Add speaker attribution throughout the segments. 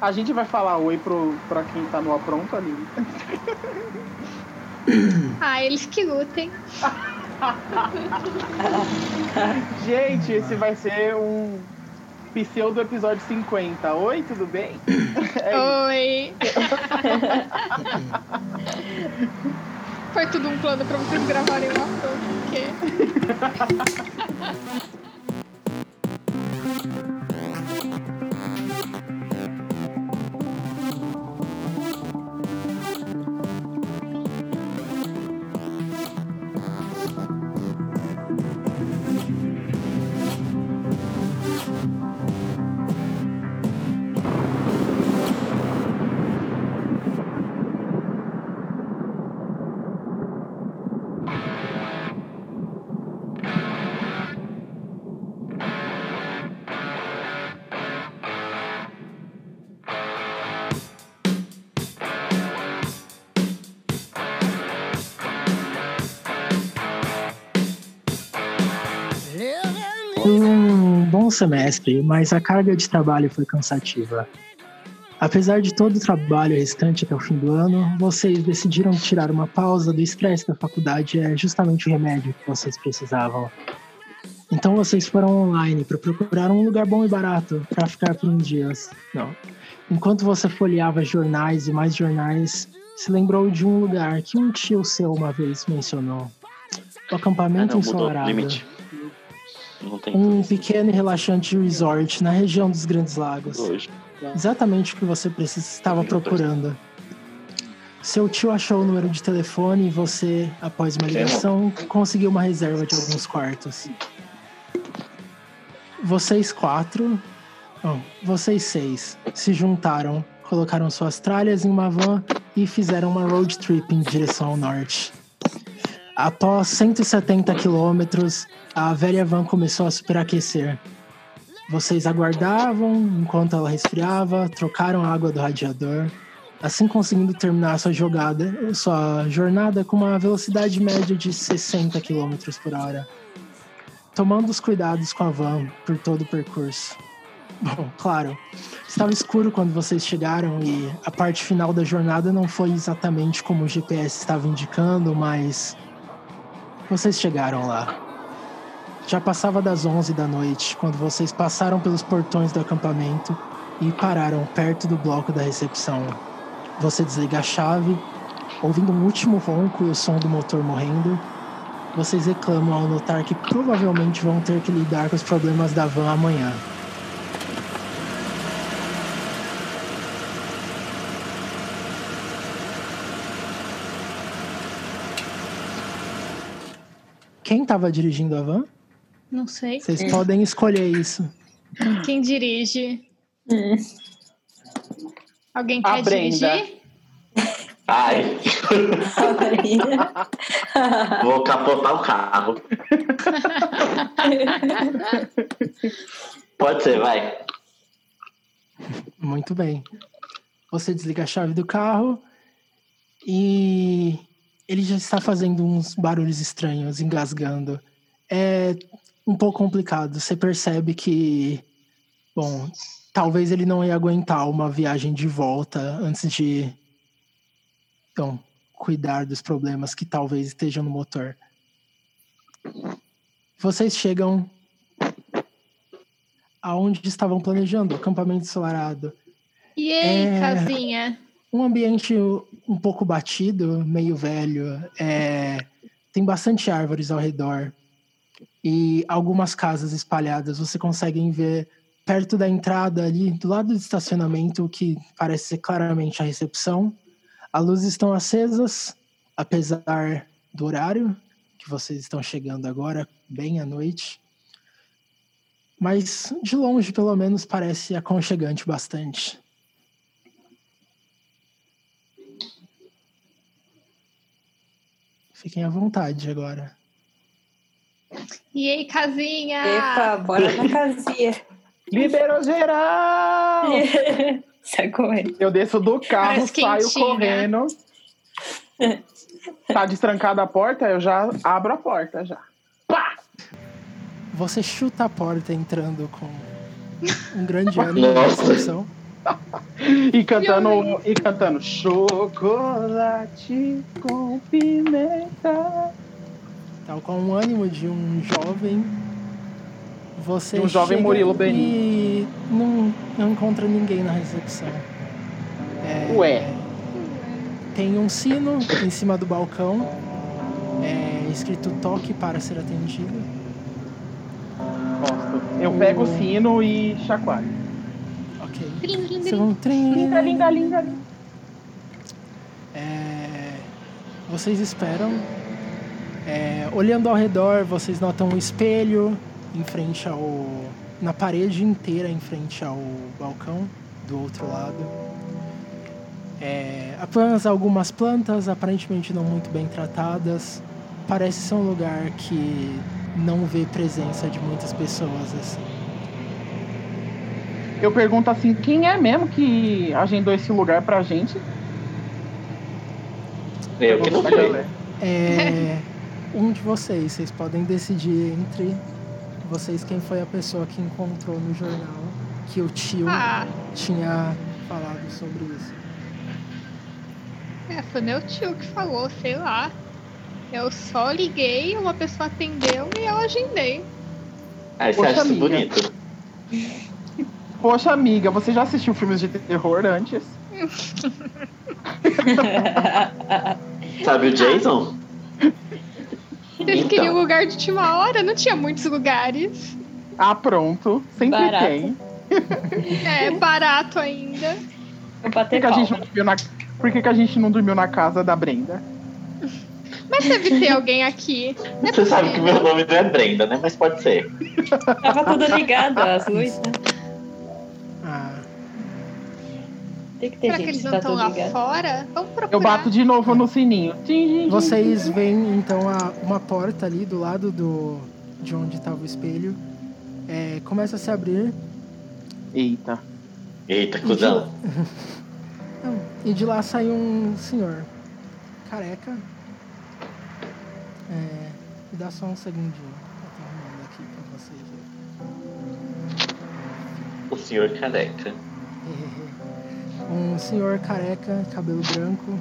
Speaker 1: A gente vai falar oi pro, pra quem tá no apronto ali.
Speaker 2: Ah, eles que lutem.
Speaker 1: Gente, esse vai ser um pseudo episódio 50. Oi, tudo bem? É isso.
Speaker 2: Oi. Foi tudo um plano pra vocês gravarem uma foto, porque...
Speaker 3: Foi um bom semestre, mas a carga de trabalho foi cansativa. Apesar de todo o trabalho restante até o fim do ano, vocês decidiram tirar uma pausa do estresse da faculdade é justamente o remédio que vocês precisavam. Então vocês foram online para procurar um lugar bom e barato para ficar por uns dias. Não. Enquanto você folheava jornais e mais jornais, se lembrou de um lugar que um tio seu uma vez mencionou. O
Speaker 4: Ah,
Speaker 3: acampamento
Speaker 4: não, mudou o
Speaker 3: ensolarado
Speaker 4: limite. Não tem
Speaker 3: um
Speaker 4: tudo isso
Speaker 3: pequeno e relaxante resort na região dos Grandes Lagos.
Speaker 4: hoje.
Speaker 3: Exatamente o que você precisa, estava procurando. Seu tio achou o número de telefone e você, após uma ligação, conseguiu uma reserva de alguns quartos. Vocês quatro, não, vocês seis, se juntaram, colocaram suas tralhas em uma van e fizeram uma road trip em direção ao norte. Após 170 quilômetros, a velha van começou a superaquecer. Vocês aguardavam enquanto ela resfriava, trocaram a água do radiador, assim conseguindo terminar sua jogada, sua jornada com uma velocidade média de 60 km por hora, tomando os cuidados com a van por todo o percurso. Bom, claro, estava escuro quando vocês chegaram e a parte final da jornada não foi exatamente como o GPS estava indicando, mas vocês chegaram lá. Já passava das 11 da noite quando vocês passaram pelos portões do acampamento e pararam perto do bloco da recepção. Você desliga a chave, ouvindo um último ronco e o som do motor morrendo. Vocês reclamam ao notar que provavelmente vão ter que lidar com os problemas da van amanhã. Quem estava dirigindo a van?
Speaker 2: Não sei.
Speaker 3: Vocês podem escolher isso.
Speaker 2: Quem dirige? Alguém
Speaker 1: A
Speaker 2: quer
Speaker 1: Brenda.
Speaker 2: dirigir?
Speaker 4: Ai,
Speaker 5: Olha.
Speaker 4: vou capotar o carro. Pode ser, vai.
Speaker 3: Muito bem. Você desliga a chave do carro e ele já está fazendo uns barulhos estranhos, engasgando. É um pouco complicado. Você percebe que, bom, talvez ele não ia aguentar uma viagem de volta antes de, então, cuidar dos problemas que talvez estejam no motor. Vocês chegam aonde estavam planejando, o acampamento ensolarado.
Speaker 2: E aí,
Speaker 3: É.
Speaker 2: casinha?
Speaker 3: um ambiente um pouco batido, meio velho. é, tem bastante árvores ao redor e algumas casas espalhadas. Você consegue ver perto da entrada ali, do lado do estacionamento, o que parece ser claramente a recepção. As luzes estão acesas, apesar do horário que vocês estão chegando agora, bem à noite. Mas de longe, pelo menos, parece aconchegante bastante. Fiquem à vontade agora.
Speaker 2: E aí, casinha?
Speaker 5: Epa, bora na casinha.
Speaker 1: Liberou geral!
Speaker 5: Sacou? é?
Speaker 1: Eu desço do carro,
Speaker 2: É. Parece
Speaker 1: saio
Speaker 2: quentinha.
Speaker 1: correndo. Tá destrancada a porta, eu já abro a porta já. Pá!
Speaker 3: Você chuta a porta entrando com um grande ânimo de
Speaker 4: Nossa.
Speaker 3: recepção.
Speaker 1: E cantando,
Speaker 2: Violência.
Speaker 1: e cantando chocolate com pimenta.
Speaker 3: Então, com o ânimo de um jovem, você
Speaker 1: De um jovem
Speaker 3: chega
Speaker 1: Murilo
Speaker 3: e não, não encontra ninguém na recepção. É,
Speaker 1: Ué.
Speaker 3: Tem um sino em cima do balcão, é, escrito toque para ser atendido.
Speaker 1: Gosto. Eu pego o sino e chacoalho.
Speaker 3: Ok.
Speaker 2: Trim, trim,
Speaker 3: Você
Speaker 2: trim.
Speaker 3: não tem-
Speaker 1: linda,
Speaker 3: É, vocês esperam. É, olhando ao redor, vocês notam um espelho em frente ao. na parede inteira em frente ao balcão do outro lado. É, apenas algumas plantas, aparentemente não muito bem tratadas. Parece ser um lugar que não vê presença de muitas pessoas assim.
Speaker 1: Eu pergunto assim, quem é mesmo que agendou esse lugar pra gente?
Speaker 4: Eu que não
Speaker 1: Pra
Speaker 4: fui.
Speaker 1: galera.
Speaker 3: É um de vocês, vocês podem decidir entre vocês quem foi a pessoa que encontrou no jornal que o tio
Speaker 2: Ah,
Speaker 3: tinha falado sobre isso.
Speaker 2: é, foi meu tio que falou, sei lá. Eu só liguei, uma pessoa atendeu e eu agendei.
Speaker 4: Aí você
Speaker 1: Poxa
Speaker 4: acha isso
Speaker 1: amiga.
Speaker 4: bonito.
Speaker 1: Poxa, amiga, você já assistiu filmes de terror antes?
Speaker 4: Sabe o Jason?
Speaker 2: Vocês queriam
Speaker 4: Então.
Speaker 2: um lugar de última hora? Não tinha muitos lugares.
Speaker 1: Ah, pronto. Sempre
Speaker 5: Barato.
Speaker 1: tem.
Speaker 2: É barato ainda.
Speaker 5: Vou
Speaker 1: Por que,
Speaker 5: bater
Speaker 1: que a gente não
Speaker 5: palma.
Speaker 1: dormiu na... Por que, que a gente não dormiu na casa da Brenda?
Speaker 2: Mas deve ter alguém aqui. Não é
Speaker 4: Você sabe que
Speaker 2: possível.
Speaker 4: meu nome não é Brenda, né? Mas pode ser.
Speaker 5: Tava tudo ligado, as luzes. né?
Speaker 3: Ah,
Speaker 5: Tem que ter
Speaker 2: Será que
Speaker 5: gente
Speaker 2: eles
Speaker 5: que
Speaker 2: não
Speaker 5: tá
Speaker 2: estão
Speaker 5: tudo
Speaker 2: lá
Speaker 5: ligado.
Speaker 2: fora? Vamos procurar.
Speaker 1: Eu bato de novo no sininho. Tim, tim, tim.
Speaker 3: vocês veem então a- uma porta ali do lado do de onde estava o espelho. É, começa a se abrir
Speaker 1: Eita.
Speaker 4: Eita, cuzão.
Speaker 3: Ah, e de lá sai um senhor careca. É, me dá só um segundinho. Eu tô arrumando aqui pra vocês. verem.
Speaker 4: O senhor careca.
Speaker 3: Um senhor careca, cabelo branco.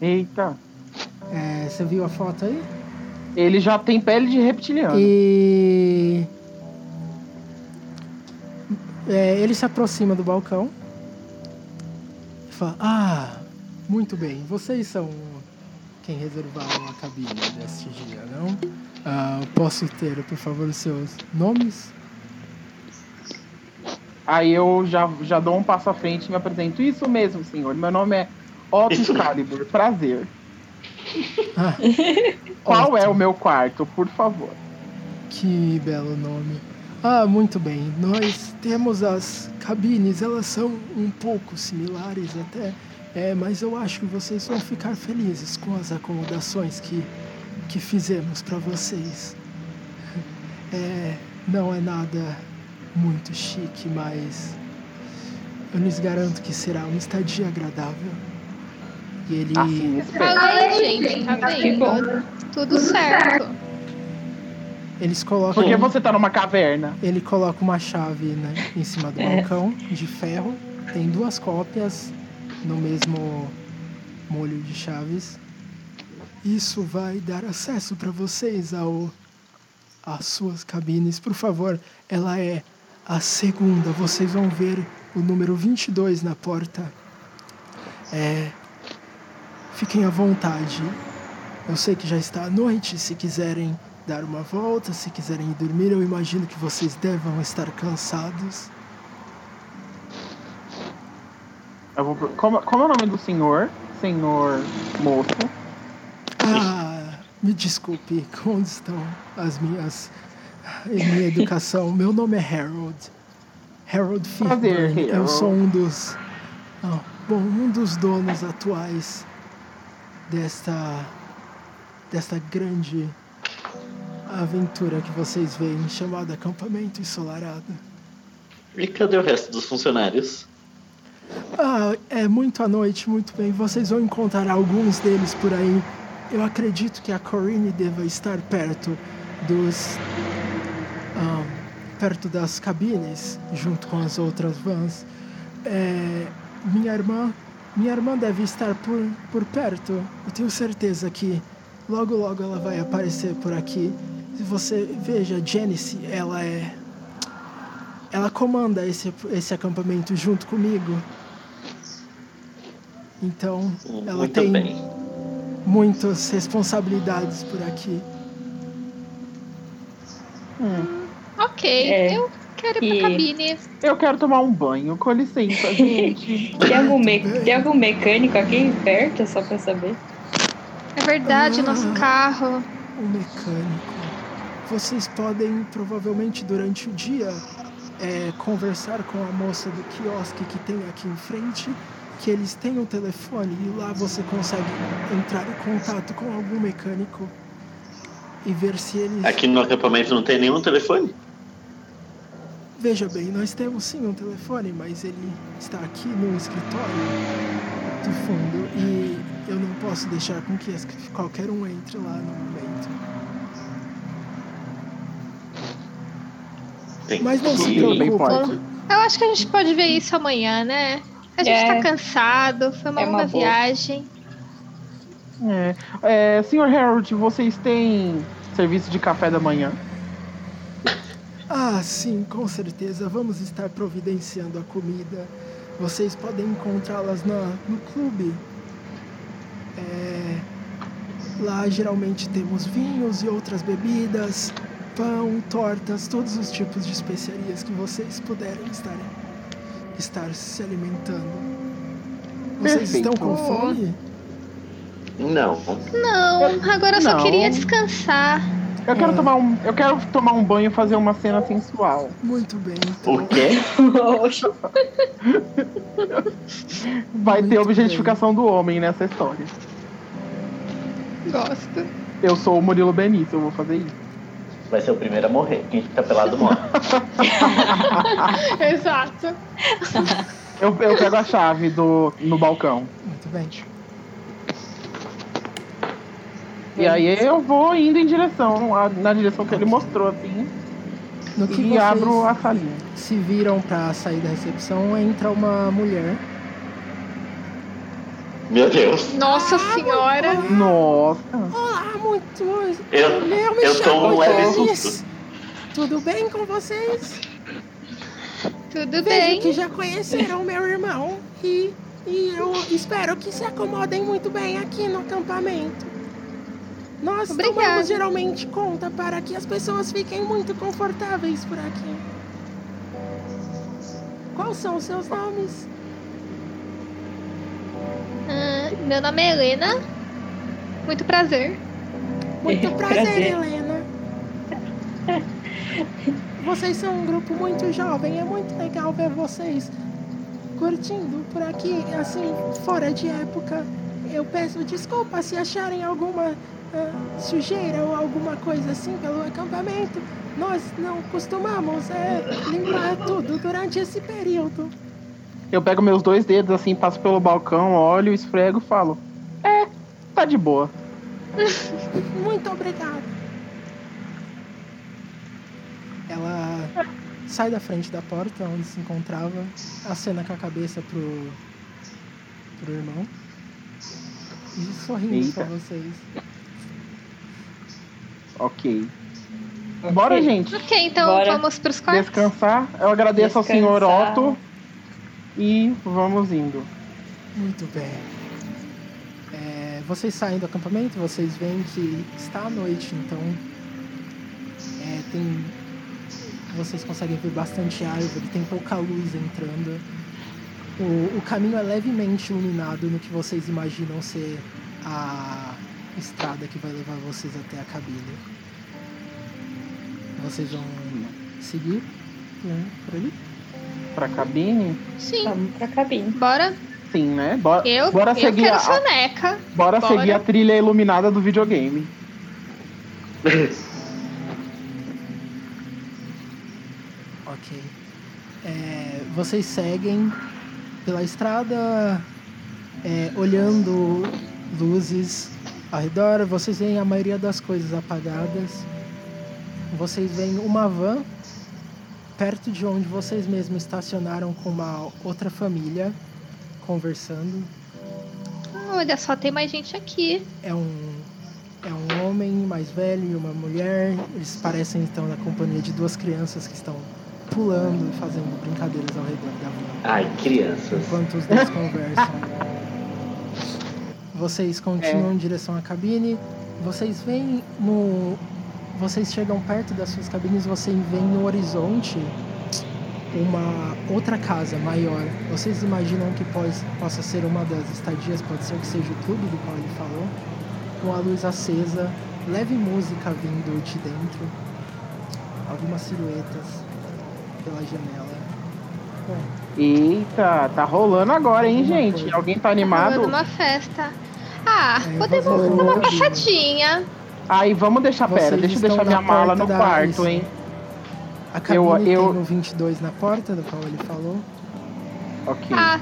Speaker 1: Eita.
Speaker 3: É, você viu a foto aí?
Speaker 1: Ele já tem pele de reptiliano.
Speaker 3: E. É, ele se aproxima do balcão. E fala: Ah, muito bem, vocês são quem reservaram a cabine deste dia, não? Ah, posso ter, por favor, os seus nomes?
Speaker 1: Aí eu já, já dou um passo à frente e me apresento. Isso mesmo, senhor. Meu nome é Otto
Speaker 4: Isso.
Speaker 1: Excalibur. Prazer.
Speaker 3: Ah,
Speaker 1: Qual é
Speaker 3: ótimo.
Speaker 1: o meu quarto, por favor?
Speaker 3: Que belo nome. Ah, muito bem. Nós temos as cabines, elas são um pouco similares até, é, mas eu acho que vocês vão ficar felizes com as acomodações que, que fizemos para vocês. É, não é nada muito chique, mas eu lhes garanto que será uma estadia agradável. E ele.
Speaker 1: Assim, espero.
Speaker 2: Falei, gente, tá
Speaker 5: Que
Speaker 2: vendo?
Speaker 5: bom. Tá
Speaker 2: Tudo certo.
Speaker 3: Eles colocam.
Speaker 1: Porque você tá numa caverna.
Speaker 3: Ele coloca uma chave né, em cima do
Speaker 5: É.
Speaker 3: balcão de ferro. Tem duas cópias no mesmo molho de chaves. Isso vai dar acesso para vocês ao às suas cabines, por favor. Ela é a segunda. Vocês vão ver o número 22 na porta. É, fiquem à vontade. Eu sei que já está à noite. Se quiserem dar uma volta, se quiserem ir dormir, eu imagino que vocês devam estar cansados.
Speaker 1: Eu vou... pro- como, como é o nome do senhor? Senhor moço.
Speaker 3: Ah, me desculpe, onde estão as minhas. e minha educação? Meu nome é Harold. Harold
Speaker 1: Prazer,
Speaker 3: Fishburne. Eu
Speaker 1: Harold.
Speaker 3: sou um dos. ah, bom, um dos donos atuais desta. desta grande aventura que vocês veem chamada Acampamento Ensolarado.
Speaker 4: E cadê o resto dos funcionários?
Speaker 3: Ah, é muito à noite, muito bem. Vocês vão encontrar alguns deles por aí. Eu acredito que a Corinne deva estar perto dos. ah, perto das cabines, junto com as outras vans. É, minha irmã. Minha irmã deve estar por, por perto. Eu tenho certeza que logo, logo ela vai aparecer por aqui. Se você veja, Janice, ela é. Ela comanda esse, esse acampamento junto comigo. Então, ela
Speaker 4: Hum, Muito
Speaker 3: tem
Speaker 4: bem.
Speaker 3: muitas responsabilidades por aqui.
Speaker 2: Ok,
Speaker 5: É.
Speaker 2: eu quero ir
Speaker 5: E-
Speaker 2: pra cabine.
Speaker 1: Hum.
Speaker 2: É
Speaker 1: Eu quero tomar um banho, com licença, gente.
Speaker 5: Tem algum, me- tem algum mecânico aqui perto, só pra saber?
Speaker 2: É verdade, nosso
Speaker 3: Ah.
Speaker 2: carro.
Speaker 3: o mecânico. Vocês podem, provavelmente durante o dia, é, conversar com a moça do quiosque que tem aqui em frente, que eles têm o telefone e lá você consegue entrar em contato com algum mecânico e ver se eles.
Speaker 4: Aqui no acampamento não tem nenhum telefone?
Speaker 3: Veja bem, nós temos sim um telefone, mas ele está aqui no escritório do fundo e eu não posso deixar com que as- qualquer um entre lá no momento.
Speaker 4: Tem.
Speaker 3: Mas não se
Speaker 4: Sim,
Speaker 1: bem
Speaker 3: preocupe.
Speaker 1: pode.
Speaker 2: Eu acho que a gente pode ver isso amanhã, né? A gente
Speaker 5: É.
Speaker 2: tá cansado, foi uma
Speaker 5: É uma
Speaker 2: longa
Speaker 5: boa.
Speaker 2: viagem.
Speaker 1: É, é, senhor Harold, vocês têm serviço de café da manhã?
Speaker 3: Ah, sim, com certeza. Vamos estar providenciando a comida. Vocês podem encontrá-las na- no clube. É, lá geralmente temos vinhos e outras bebidas, pão, tortas, todos os tipos de especiarias que vocês puderem estar, estar se alimentando. Vocês estão com
Speaker 2: Perfeito.
Speaker 3: fome?
Speaker 4: Não.
Speaker 2: Não, agora eu só
Speaker 1: Não.
Speaker 2: queria descansar.
Speaker 1: Eu quero,
Speaker 3: É.
Speaker 1: tomar um, eu quero tomar um banho e fazer uma cena sensual.
Speaker 3: Muito bem. então.
Speaker 4: O quê?
Speaker 5: Oxe,
Speaker 1: Vai ter
Speaker 3: Muito
Speaker 1: objetificação do homem nessa história.
Speaker 2: Gosto.
Speaker 1: Eu sou o Murilo Benício, eu vou fazer isso.
Speaker 4: Vai ser o primeiro a morrer. Quem fica pelado morre.
Speaker 2: Exato.
Speaker 1: Eu, eu pego a chave do, no balcão.
Speaker 3: Muito bem. É.
Speaker 1: E aí eu vou indo em direção, a- na direção que ele mostrou, assim,
Speaker 3: No que
Speaker 1: e
Speaker 3: vocês-
Speaker 1: abro a salinha.
Speaker 3: se viram pra sair da recepção, entra uma mulher.
Speaker 4: Meu Deus.
Speaker 2: Nossa
Speaker 5: Ah,
Speaker 2: senhora.
Speaker 1: Nossa!
Speaker 3: Olá, muito. muito-
Speaker 4: Eu-
Speaker 3: eu me
Speaker 4: eu
Speaker 3: chamo
Speaker 4: tomo um leve
Speaker 3: Doris.
Speaker 4: susto.
Speaker 3: Tudo bem com vocês?
Speaker 2: Tudo
Speaker 3: Vejo
Speaker 2: bem.
Speaker 3: que já conheceram meu irmão e, e eu espero que se acomodem muito bem aqui no acampamento. Nós
Speaker 2: Obrigada.
Speaker 3: tomamos geralmente conta para que as pessoas fiquem muito confortáveis por aqui. Quais são os seus nomes?
Speaker 2: Ah, meu nome é Helena. Muito prazer.
Speaker 3: Muito prazer,
Speaker 5: Prazer.
Speaker 3: Helena. Vocês são um grupo muito jovem, é muito legal ver vocês curtindo por aqui, assim, fora de época. Eu peço desculpa se acharem alguma ah, sujeira ou alguma coisa assim pelo acampamento. Nós não costumamos é, limpar tudo durante esse período.
Speaker 1: Eu pego meus dois dedos, assim, passo pelo balcão, olho, esfrego e falo: É, tá de boa.
Speaker 3: Muito obrigado. Ela sai da frente da porta onde se encontrava, acena com a cabeça pro, pro irmão e sorrindo
Speaker 1: Eita.
Speaker 3: pra vocês.
Speaker 1: Ok. Bora,
Speaker 5: Ok.
Speaker 1: gente,
Speaker 2: Ok, então
Speaker 5: Bora.
Speaker 2: vamos pros quartos.
Speaker 1: descansar. Eu agradeço ao senhor
Speaker 5: Descansar.
Speaker 1: Otto e vamos indo.
Speaker 3: Muito bem. É, vocês saem do acampamento, vocês veem que está à noite, então é, tem. Vocês conseguem ver bastante árvore, tem pouca luz entrando. O, o caminho é levemente iluminado no que vocês imaginam ser a estrada que vai levar vocês até a cabine. Vocês vão seguir né, por ali?
Speaker 1: Pra cabine?
Speaker 2: Sim.
Speaker 5: Vamos pra cabine.
Speaker 2: Bora.
Speaker 1: Sim, né? Bora,
Speaker 2: Eu,
Speaker 1: bora
Speaker 2: eu
Speaker 1: seguir
Speaker 2: quero
Speaker 1: a-
Speaker 2: soneca.
Speaker 1: bora
Speaker 2: bora.
Speaker 1: seguir a trilha iluminada do videogame.
Speaker 3: Ok. É, vocês seguem pela estrada, é, olhando luzes ao redor. Vocês veem a maioria das coisas apagadas. Vocês veem uma van perto de onde vocês mesmos estacionaram com uma outra família, com conversando.
Speaker 2: Olha só, tem mais gente aqui.
Speaker 3: É um, é um homem mais velho e uma mulher. Eles parecem estar na companhia de duas crianças que estão pulando e fazendo brincadeiras ao redor da van.
Speaker 4: Ai, crianças.
Speaker 3: Enquanto os dois conversam. Vocês continuam em direção à cabine. Vocês veem no. Vocês chegam perto das suas cabines, vocês veem no horizonte uma outra casa maior. Vocês imaginam que pode, possa ser uma das estadias, pode ser que seja o clube do qual ele falou, com a luz acesa, leve música vindo de dentro, algumas silhuetas pela janela. Bom,
Speaker 1: Eita, tá rolando agora, hein,
Speaker 3: Alguma
Speaker 1: gente?
Speaker 3: coisa.
Speaker 1: Alguém tá
Speaker 2: Rolando
Speaker 1: animado?
Speaker 2: uma festa. Ah,
Speaker 3: É,
Speaker 2: podemos
Speaker 3: vamos
Speaker 2: dar uma
Speaker 3: lá.
Speaker 2: passadinha.
Speaker 1: Aí, vamos deixar, pera,
Speaker 3: Vocês
Speaker 1: deixa eu
Speaker 3: estão
Speaker 1: deixar
Speaker 3: na
Speaker 1: minha mala
Speaker 3: porta
Speaker 1: no
Speaker 3: da
Speaker 1: quarto,
Speaker 3: Alice.
Speaker 1: hein?
Speaker 3: A cabine um
Speaker 1: Eu- eu-
Speaker 3: tem o 22 na porta, do qual ele falou.
Speaker 1: Ok.
Speaker 2: Ah,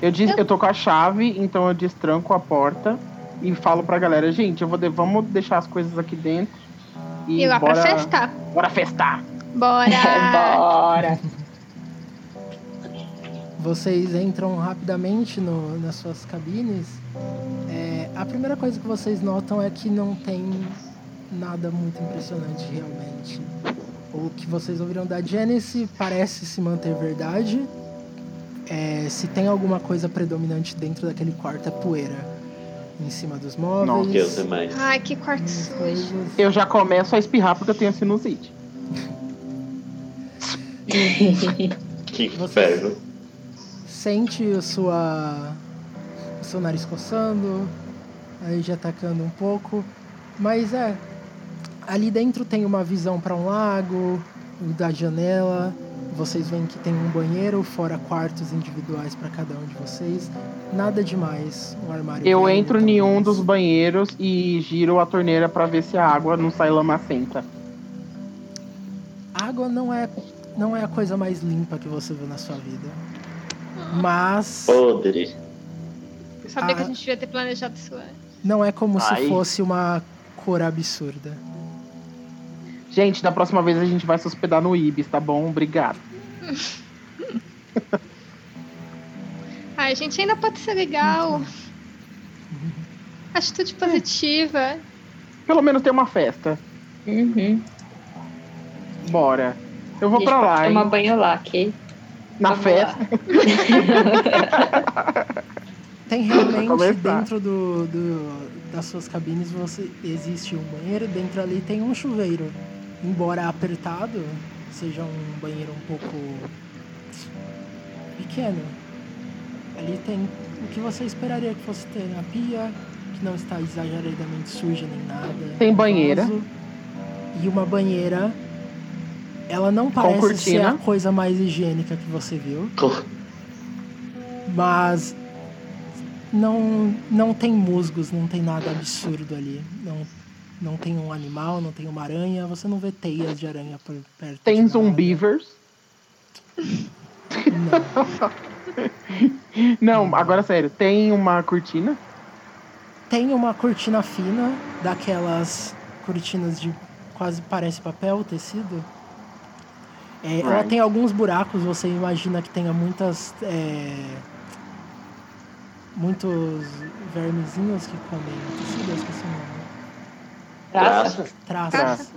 Speaker 1: Eu, dis-
Speaker 2: eu-
Speaker 1: eu tô com a chave, então eu destranco a porta e falo pra galera, gente, eu vou de- vamos deixar as coisas aqui dentro. E,
Speaker 2: e lá
Speaker 1: bora,
Speaker 2: pra festa.
Speaker 1: Bora festar!
Speaker 2: Bora!
Speaker 5: Bora!
Speaker 3: Vocês entram rapidamente no, nas suas cabines. É, a primeira coisa que vocês notam é que não tem nada muito impressionante realmente. O que vocês ouviram da Janice parece se manter verdade. É, se tem alguma coisa predominante dentro daquele quarto é poeira. Em cima dos móveis.
Speaker 1: Não,
Speaker 4: Meu Deus, é mais.
Speaker 2: Ai, que quarto
Speaker 3: nas
Speaker 2: sujo.
Speaker 3: coisas.
Speaker 1: Eu já começo a espirrar porque eu tenho sinusite.
Speaker 4: Que
Speaker 3: Você-
Speaker 4: inferno.
Speaker 3: sente a sua, o seu nariz coçando, aí já atacando um pouco. Mas é, ali dentro tem uma visão para um lago, da janela. Vocês veem que tem um banheiro, fora quartos individuais para cada um de vocês. Nada demais, um armário.
Speaker 1: Eu
Speaker 3: velho,
Speaker 1: entro
Speaker 3: talvez.
Speaker 1: em um dos banheiros e giro a torneira pra ver se a água não sai lamacenta.
Speaker 3: Água não é, não é a coisa mais limpa que você viu na sua vida. Mas
Speaker 4: Podre.
Speaker 2: Eu sabia que a
Speaker 3: Ah.
Speaker 2: gente devia ter planejado isso antes.
Speaker 3: não é como se
Speaker 4: Ai.
Speaker 3: fosse uma cor absurda.
Speaker 1: Gente, da próxima vez a gente vai se hospedar no Ibis, tá bom? Obrigado.
Speaker 2: Ai, gente, ainda pode ser legal. Atitude positiva.
Speaker 1: Pelo menos tem uma festa.
Speaker 5: Uhum.
Speaker 1: Bora. Eu vou
Speaker 5: A gente
Speaker 1: pra
Speaker 5: pode
Speaker 1: lá, hein?
Speaker 5: Tomar banho lá, ok?
Speaker 1: Na
Speaker 5: Vamos lá.
Speaker 1: festa.
Speaker 3: Tem
Speaker 1: Começar.
Speaker 3: realmente dentro do, do- das suas cabines você existe um banheiro, dentro ali tem um chuveiro. Embora apertado, seja um banheiro um pouco pequeno. Ali tem o que você esperaria que fosse ter na pia, que não está exageradamente suja nem nada.
Speaker 1: Tem
Speaker 3: Um
Speaker 1: banheira.
Speaker 3: vaso. E uma banheira. Ela não parece ser
Speaker 1: cortina.
Speaker 3: a coisa mais higiênica que você viu
Speaker 4: Co-
Speaker 3: mas não não tem musgos, não tem nada absurdo ali. Não não tem um animal, não tem uma aranha, você não vê teias de aranha por perto. de
Speaker 1: Tem
Speaker 3: nada.
Speaker 1: zumbivers.
Speaker 3: Não.
Speaker 1: Não, agora sério, tem uma cortina.
Speaker 3: Tem uma cortina fina, daquelas cortinas de quase parece papel, tecido. É, Ela
Speaker 1: Right.
Speaker 3: tem alguns buracos, você imagina que tenha muitas. é, muitos vermezinhos que comem tecido, eu esqueci o nome.
Speaker 5: Praça?
Speaker 3: Traças.
Speaker 1: Traças.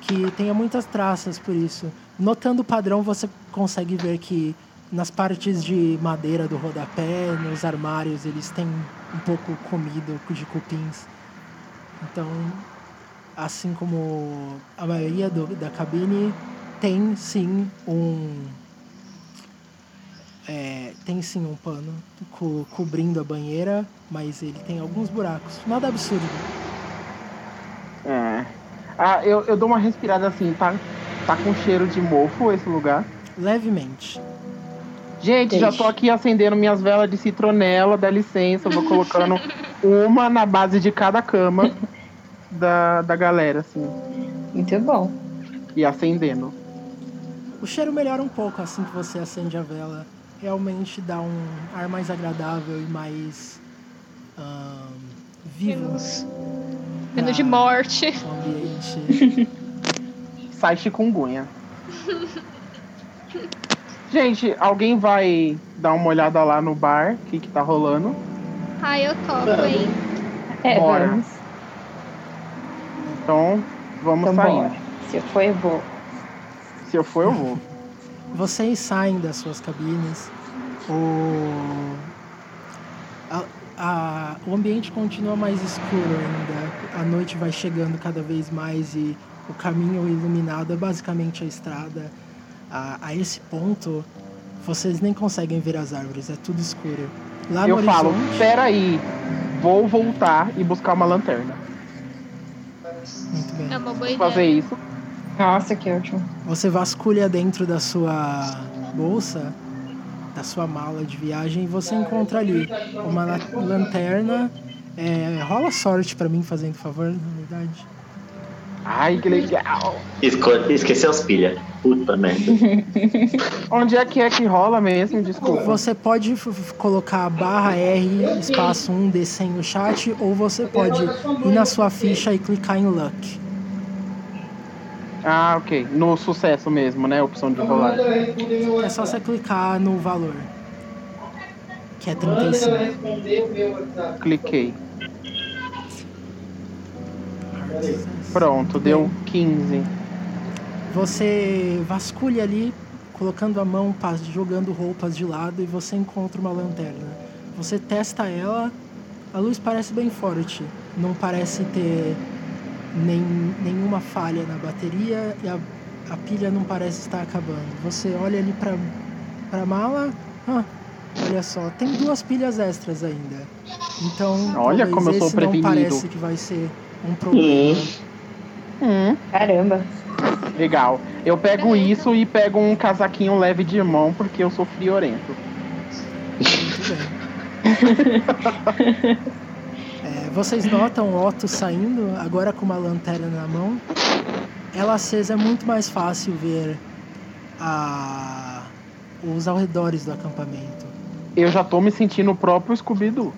Speaker 3: Que tenha muitas traças por isso. Notando o padrão, você consegue ver que nas partes de madeira do rodapé, nos armários, eles têm um pouco comido de cupins. Então, assim como a maioria do- da cabine, tem sim um. é, tem sim um pano co- cobrindo a banheira, mas ele tem alguns buracos. Nada absurdo.
Speaker 1: É. Ah, eu, eu dou uma respirada assim, tá? Tá com cheiro de mofo esse lugar.
Speaker 3: Levemente.
Speaker 1: Gente, já tô
Speaker 5: Deixa.
Speaker 1: aqui acendendo minhas velas de citronela, dá licença, eu vou colocando uma na base de cada cama da, da galera, assim,
Speaker 5: Muito bom.
Speaker 1: e acendendo.
Speaker 3: O cheiro melhora um pouco assim que você acende a vela. Realmente dá um ar mais agradável e mais ahn, vivo
Speaker 2: Menos, menos de
Speaker 3: Ah.
Speaker 2: morte.
Speaker 3: o ambiente.
Speaker 1: Sai chikungunya. Gente, alguém vai dar uma olhada lá no bar, o que, que tá rolando?
Speaker 2: Ah, eu topo,
Speaker 1: Vamos.
Speaker 2: hein?
Speaker 5: É,
Speaker 1: Bora.
Speaker 5: vamos.
Speaker 1: Então, vamos
Speaker 5: Então
Speaker 1: sair.
Speaker 5: bora. Se eu for, eu vou.
Speaker 1: Se eu for, eu vou.
Speaker 3: Vocês saem das suas cabines. O, a- a- o ambiente continua mais escuro ainda. A noite vai chegando cada vez mais e o caminho iluminado é basicamente a estrada. A, a esse ponto, vocês nem conseguem ver as árvores, é tudo escuro. Lá
Speaker 1: eu
Speaker 3: no
Speaker 1: falo,
Speaker 3: horizonte.
Speaker 1: peraí, vou voltar e buscar uma lanterna.
Speaker 3: Muito bem.
Speaker 2: É uma boa
Speaker 1: Vou
Speaker 2: ideia.
Speaker 1: fazer isso.
Speaker 5: Nossa, que ótimo.
Speaker 3: Você vasculha dentro da sua bolsa, da sua mala de viagem, e você encontra ali uma la- lanterna. É, rola sorte pra mim, fazendo favor, na verdade.
Speaker 1: Ai, que legal.
Speaker 4: Esco- Esqueceu as pilhas. Puta merda.
Speaker 1: Onde é que é que rola mesmo? Desculpa.
Speaker 3: Você pode f- f- colocar barra R espaço 1D100 no chat, ou você pode ir na sua ficha e clicar em luck.
Speaker 1: Ah, ok. No sucesso mesmo, né? Opção de rolar.
Speaker 3: É só você clicar no valor, que é 35.
Speaker 1: Cliquei. Pronto, deu 15.
Speaker 3: Você vasculha ali, colocando a mão, pa- jogando roupas de lado e você encontra uma lanterna. Você testa ela, a luz parece bem forte, não parece ter nem, nenhuma falha na bateria e a, a pilha não parece estar acabando. Você olha ali pra, pra mala, ah, olha só, tem duas pilhas extras ainda. Então,
Speaker 1: Olha
Speaker 3: talvez
Speaker 1: como eu sou
Speaker 3: esse
Speaker 1: prevenido.
Speaker 3: não parece que vai ser um problema.
Speaker 1: Hum,
Speaker 5: Caramba.
Speaker 1: legal. Eu pego isso e pego um casaquinho leve de mão, porque eu sou friorento.
Speaker 3: Muito bem. É, vocês notam o Otto saindo, agora com uma lanterna na mão. Ela acesa é muito mais fácil ver a- os arredores do acampamento.
Speaker 1: Eu já tô me sentindo o próprio Scooby-Doo.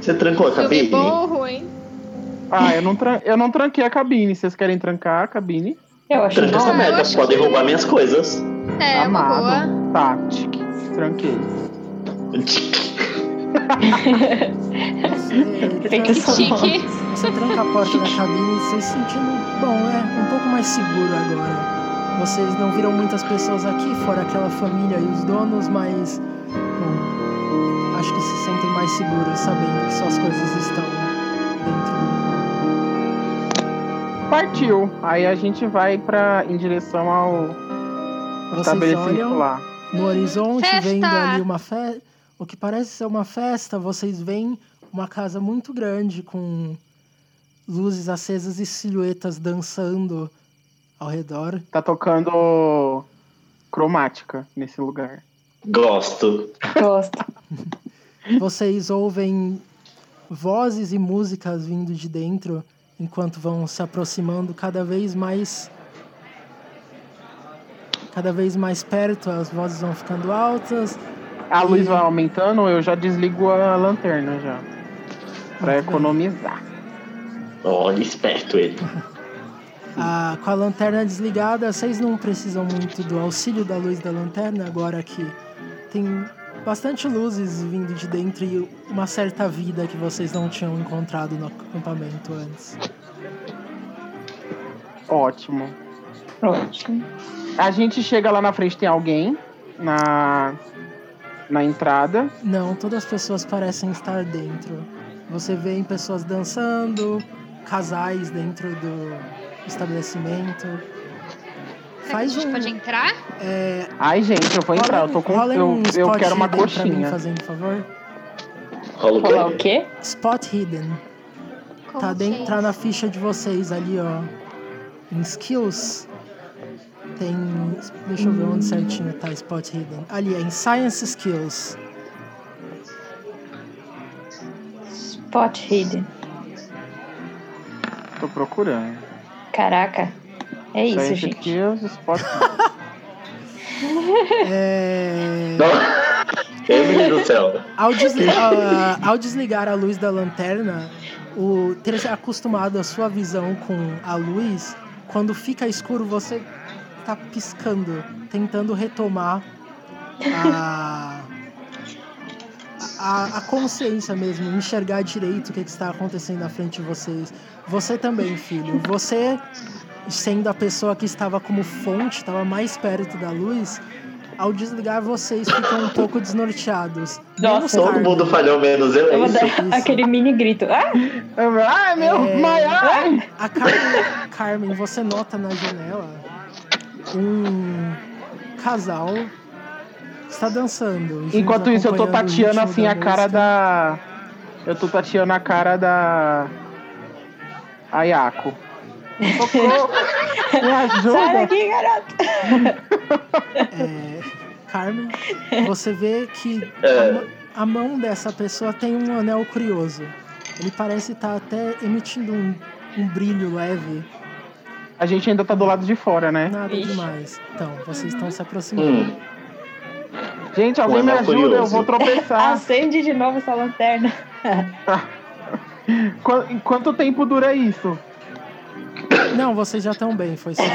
Speaker 4: Você trancou a
Speaker 2: Filme
Speaker 4: cabine?
Speaker 2: bom ou ruim?
Speaker 1: Ah, eu não, tran- eu não tranquei a cabine. Vocês querem trancar a cabine?
Speaker 5: Eu acho
Speaker 4: Tranca essa
Speaker 2: Ah,
Speaker 5: bom.
Speaker 2: eu
Speaker 4: merda.
Speaker 2: acho
Speaker 4: Podem
Speaker 2: que-
Speaker 4: roubar minhas coisas.
Speaker 2: É, uma
Speaker 1: Amado.
Speaker 2: boa.
Speaker 1: Tá, tic, tranquei.
Speaker 3: Você
Speaker 5: Feito
Speaker 3: tranca-
Speaker 2: Chique.
Speaker 3: Você tranca a porta da cabine e vocês se sentindo, bom, é um pouco mais seguro agora. Vocês não viram muitas pessoas aqui, fora aquela família e os donos, mas bom, acho que se sentem mais seguros sabendo que suas coisas estão dentro do.
Speaker 1: Partiu. Aí a gente vai pra, em direção ao Tá
Speaker 3: Vocês
Speaker 1: estabelecimento
Speaker 3: olham
Speaker 1: lá.
Speaker 3: no horizonte,
Speaker 2: Festa!
Speaker 3: vendo ali uma festa. O que parece ser uma festa, vocês veem uma casa muito grande com luzes acesas e silhuetas dançando ao redor.
Speaker 1: Tá tocando cromática nesse lugar.
Speaker 4: Gosto.
Speaker 5: Gosto.
Speaker 3: Vocês ouvem vozes e músicas vindo de dentro enquanto vão se aproximando cada vez mais cada vez mais perto, as vozes vão ficando altas.
Speaker 1: A luz
Speaker 3: E-
Speaker 1: vai aumentando, eu já desligo a lanterna já. Pra
Speaker 3: Muito bem.
Speaker 1: economizar.
Speaker 4: Olha, esperto ele.
Speaker 3: Ah, com a lanterna desligada, vocês não precisam muito do auxílio da luz da lanterna agora que tem bastante luzes vindo de dentro e uma certa vida que vocês não tinham encontrado no acampamento antes.
Speaker 1: Ótimo.
Speaker 5: Ótimo.
Speaker 1: A gente chega lá na frente, tem alguém na, na entrada.
Speaker 3: Não, todas as pessoas parecem estar dentro. Você vê pessoas dançando, casais dentro do estabelecimento.
Speaker 2: Será
Speaker 3: Faz
Speaker 2: que a gente
Speaker 3: um.
Speaker 2: pode entrar?
Speaker 3: é,
Speaker 1: Ai, gente, eu vou
Speaker 3: rola
Speaker 1: entrar. Eu
Speaker 3: um-
Speaker 1: tô com.
Speaker 3: rola
Speaker 1: Eu,
Speaker 3: um
Speaker 1: eu
Speaker 3: spot
Speaker 1: quero uma
Speaker 3: hidden pra mim,
Speaker 1: coxinha.
Speaker 3: fazendo favor.
Speaker 4: Rola o
Speaker 5: Falar o
Speaker 4: quê?
Speaker 5: quê?
Speaker 3: Spot hidden.
Speaker 2: Como
Speaker 3: tá,
Speaker 2: que é
Speaker 3: dentro, tá na ficha de vocês ali, ó. Em skills. Tem. Deixa eu ver onde certinho tá spot hidden. Ali, é em science skills.
Speaker 5: Spot hidden.
Speaker 1: Tô procurando.
Speaker 5: Caraca.
Speaker 1: Tá
Speaker 5: É isso,
Speaker 1: entre
Speaker 5: gente.
Speaker 1: skills e spot.
Speaker 3: É.
Speaker 4: Não. Emily do céu.
Speaker 3: Ao, desli- ah, ao desligar a luz da lanterna, o ter acostumado a sua visão com a luz, quando fica escuro você tá piscando, tentando retomar a, a, a consciência mesmo, enxergar direito o que, que está acontecendo na frente de vocês. Você também, filho. Você, sendo a pessoa que estava como fonte, estava mais perto da luz, ao desligar vocês ficam um pouco desnorteados.
Speaker 5: Nossa.
Speaker 3: Menos
Speaker 4: Todo
Speaker 3: Carmen.
Speaker 4: mundo falhou menos eu,
Speaker 5: Eu
Speaker 4: é
Speaker 5: vou dar
Speaker 4: isso?
Speaker 3: isso.
Speaker 5: aquele mini grito. Ah!
Speaker 1: Ai, meu,
Speaker 3: É.
Speaker 1: my eye!
Speaker 3: A Carmen, Carmen, você nota na janela um casal está dançando. juntos,
Speaker 1: Enquanto isso, eu tô
Speaker 3: acompanhando o
Speaker 1: tateando
Speaker 3: ritmo
Speaker 1: assim a cara
Speaker 3: música.
Speaker 1: da. Eu tô tateando a cara da. Ayako. Socorro! Me
Speaker 5: Sai
Speaker 3: tá.
Speaker 1: ajuda!
Speaker 5: daqui, garoto!
Speaker 3: É, Carmen, você vê que
Speaker 4: É.
Speaker 3: a mão- a, mão dessa pessoa tem um anel curioso. Ele parece estar até emitindo um, um brilho leve,
Speaker 1: A gente ainda tá do lado de fora, né?
Speaker 3: nada
Speaker 5: Ixi.
Speaker 3: demais. Então, vocês estão se aproximando.
Speaker 4: Hum,
Speaker 1: Gente, alguém
Speaker 4: Um
Speaker 1: me
Speaker 4: anel
Speaker 1: ajuda, eu
Speaker 4: curioso.
Speaker 1: vou tropeçar.
Speaker 5: Acende de novo essa lanterna.
Speaker 1: Qu- em Quanto tempo dura isso?
Speaker 3: Não, vocês já estão bem, foi só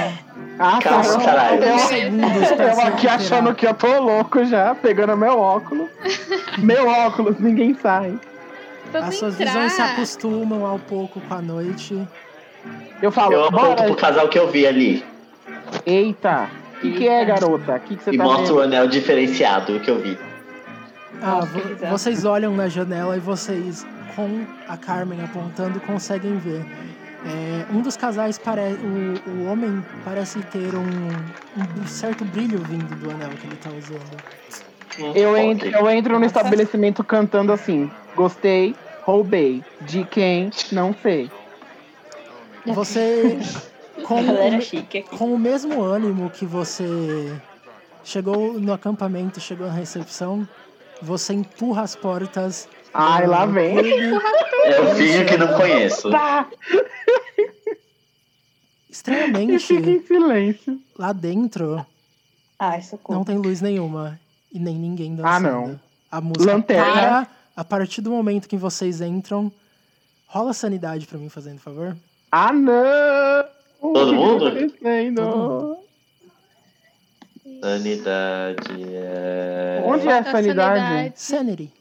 Speaker 1: Ah, tá.
Speaker 4: Calma, caralho.
Speaker 1: Eu-
Speaker 3: uns segundos. pra
Speaker 1: Eu
Speaker 3: se
Speaker 1: aqui
Speaker 3: recuperar.
Speaker 1: achando que eu tô louco já, pegando meu óculos. Meu óculos, ninguém sai.
Speaker 2: Vamos
Speaker 3: As suas
Speaker 2: entrar.
Speaker 3: visões se acostumam ao pouco com a noite.
Speaker 1: Eu falo,
Speaker 4: eu aponto
Speaker 1: bora.
Speaker 4: pro casal que eu vi ali
Speaker 1: Eita, o que, que é, garota? O que, que você
Speaker 4: e
Speaker 1: tá
Speaker 4: mostro o
Speaker 1: vendo?
Speaker 4: anel diferenciado que eu vi.
Speaker 3: Ah,
Speaker 5: Nossa, que
Speaker 3: vo-
Speaker 5: bizarro.
Speaker 3: vocês olham na janela e vocês, com a Carmen apontando, conseguem ver. É, um dos casais parece. O, o homem parece ter um, um certo brilho vindo do anel que ele tá usando.
Speaker 1: Eu
Speaker 4: Hum, Ok.
Speaker 1: entro, eu entro no
Speaker 5: Nossa.
Speaker 1: estabelecimento cantando assim: gostei, roubei. De quem? Não sei.
Speaker 3: Você. Com,
Speaker 5: Galera chique aqui.
Speaker 3: com o mesmo ânimo que você chegou no acampamento, chegou na recepção, você empurra as portas.
Speaker 1: Ai,
Speaker 3: do
Speaker 1: lá vem.
Speaker 3: clube.
Speaker 4: É o filho que não conheço.
Speaker 5: Pá!
Speaker 1: E
Speaker 3: Estranhamente,
Speaker 1: fica em silêncio.
Speaker 3: lá dentro
Speaker 5: Ai,
Speaker 3: Não
Speaker 5: Ah, é socorro.
Speaker 3: tem luz nenhuma e nem ninguém dançando.
Speaker 1: Ah, não.
Speaker 3: A música
Speaker 1: Lanterna.
Speaker 3: para a partir do momento que vocês entram. Rola sanidade pra mim, fazendo favor.
Speaker 1: Ah, não! O
Speaker 4: Todo
Speaker 1: que
Speaker 4: mundo?
Speaker 1: Tá acontecendo?
Speaker 3: Todo
Speaker 4: Sanidade é.
Speaker 1: Onde é a
Speaker 2: Da
Speaker 1: sanidade?
Speaker 3: Sanity.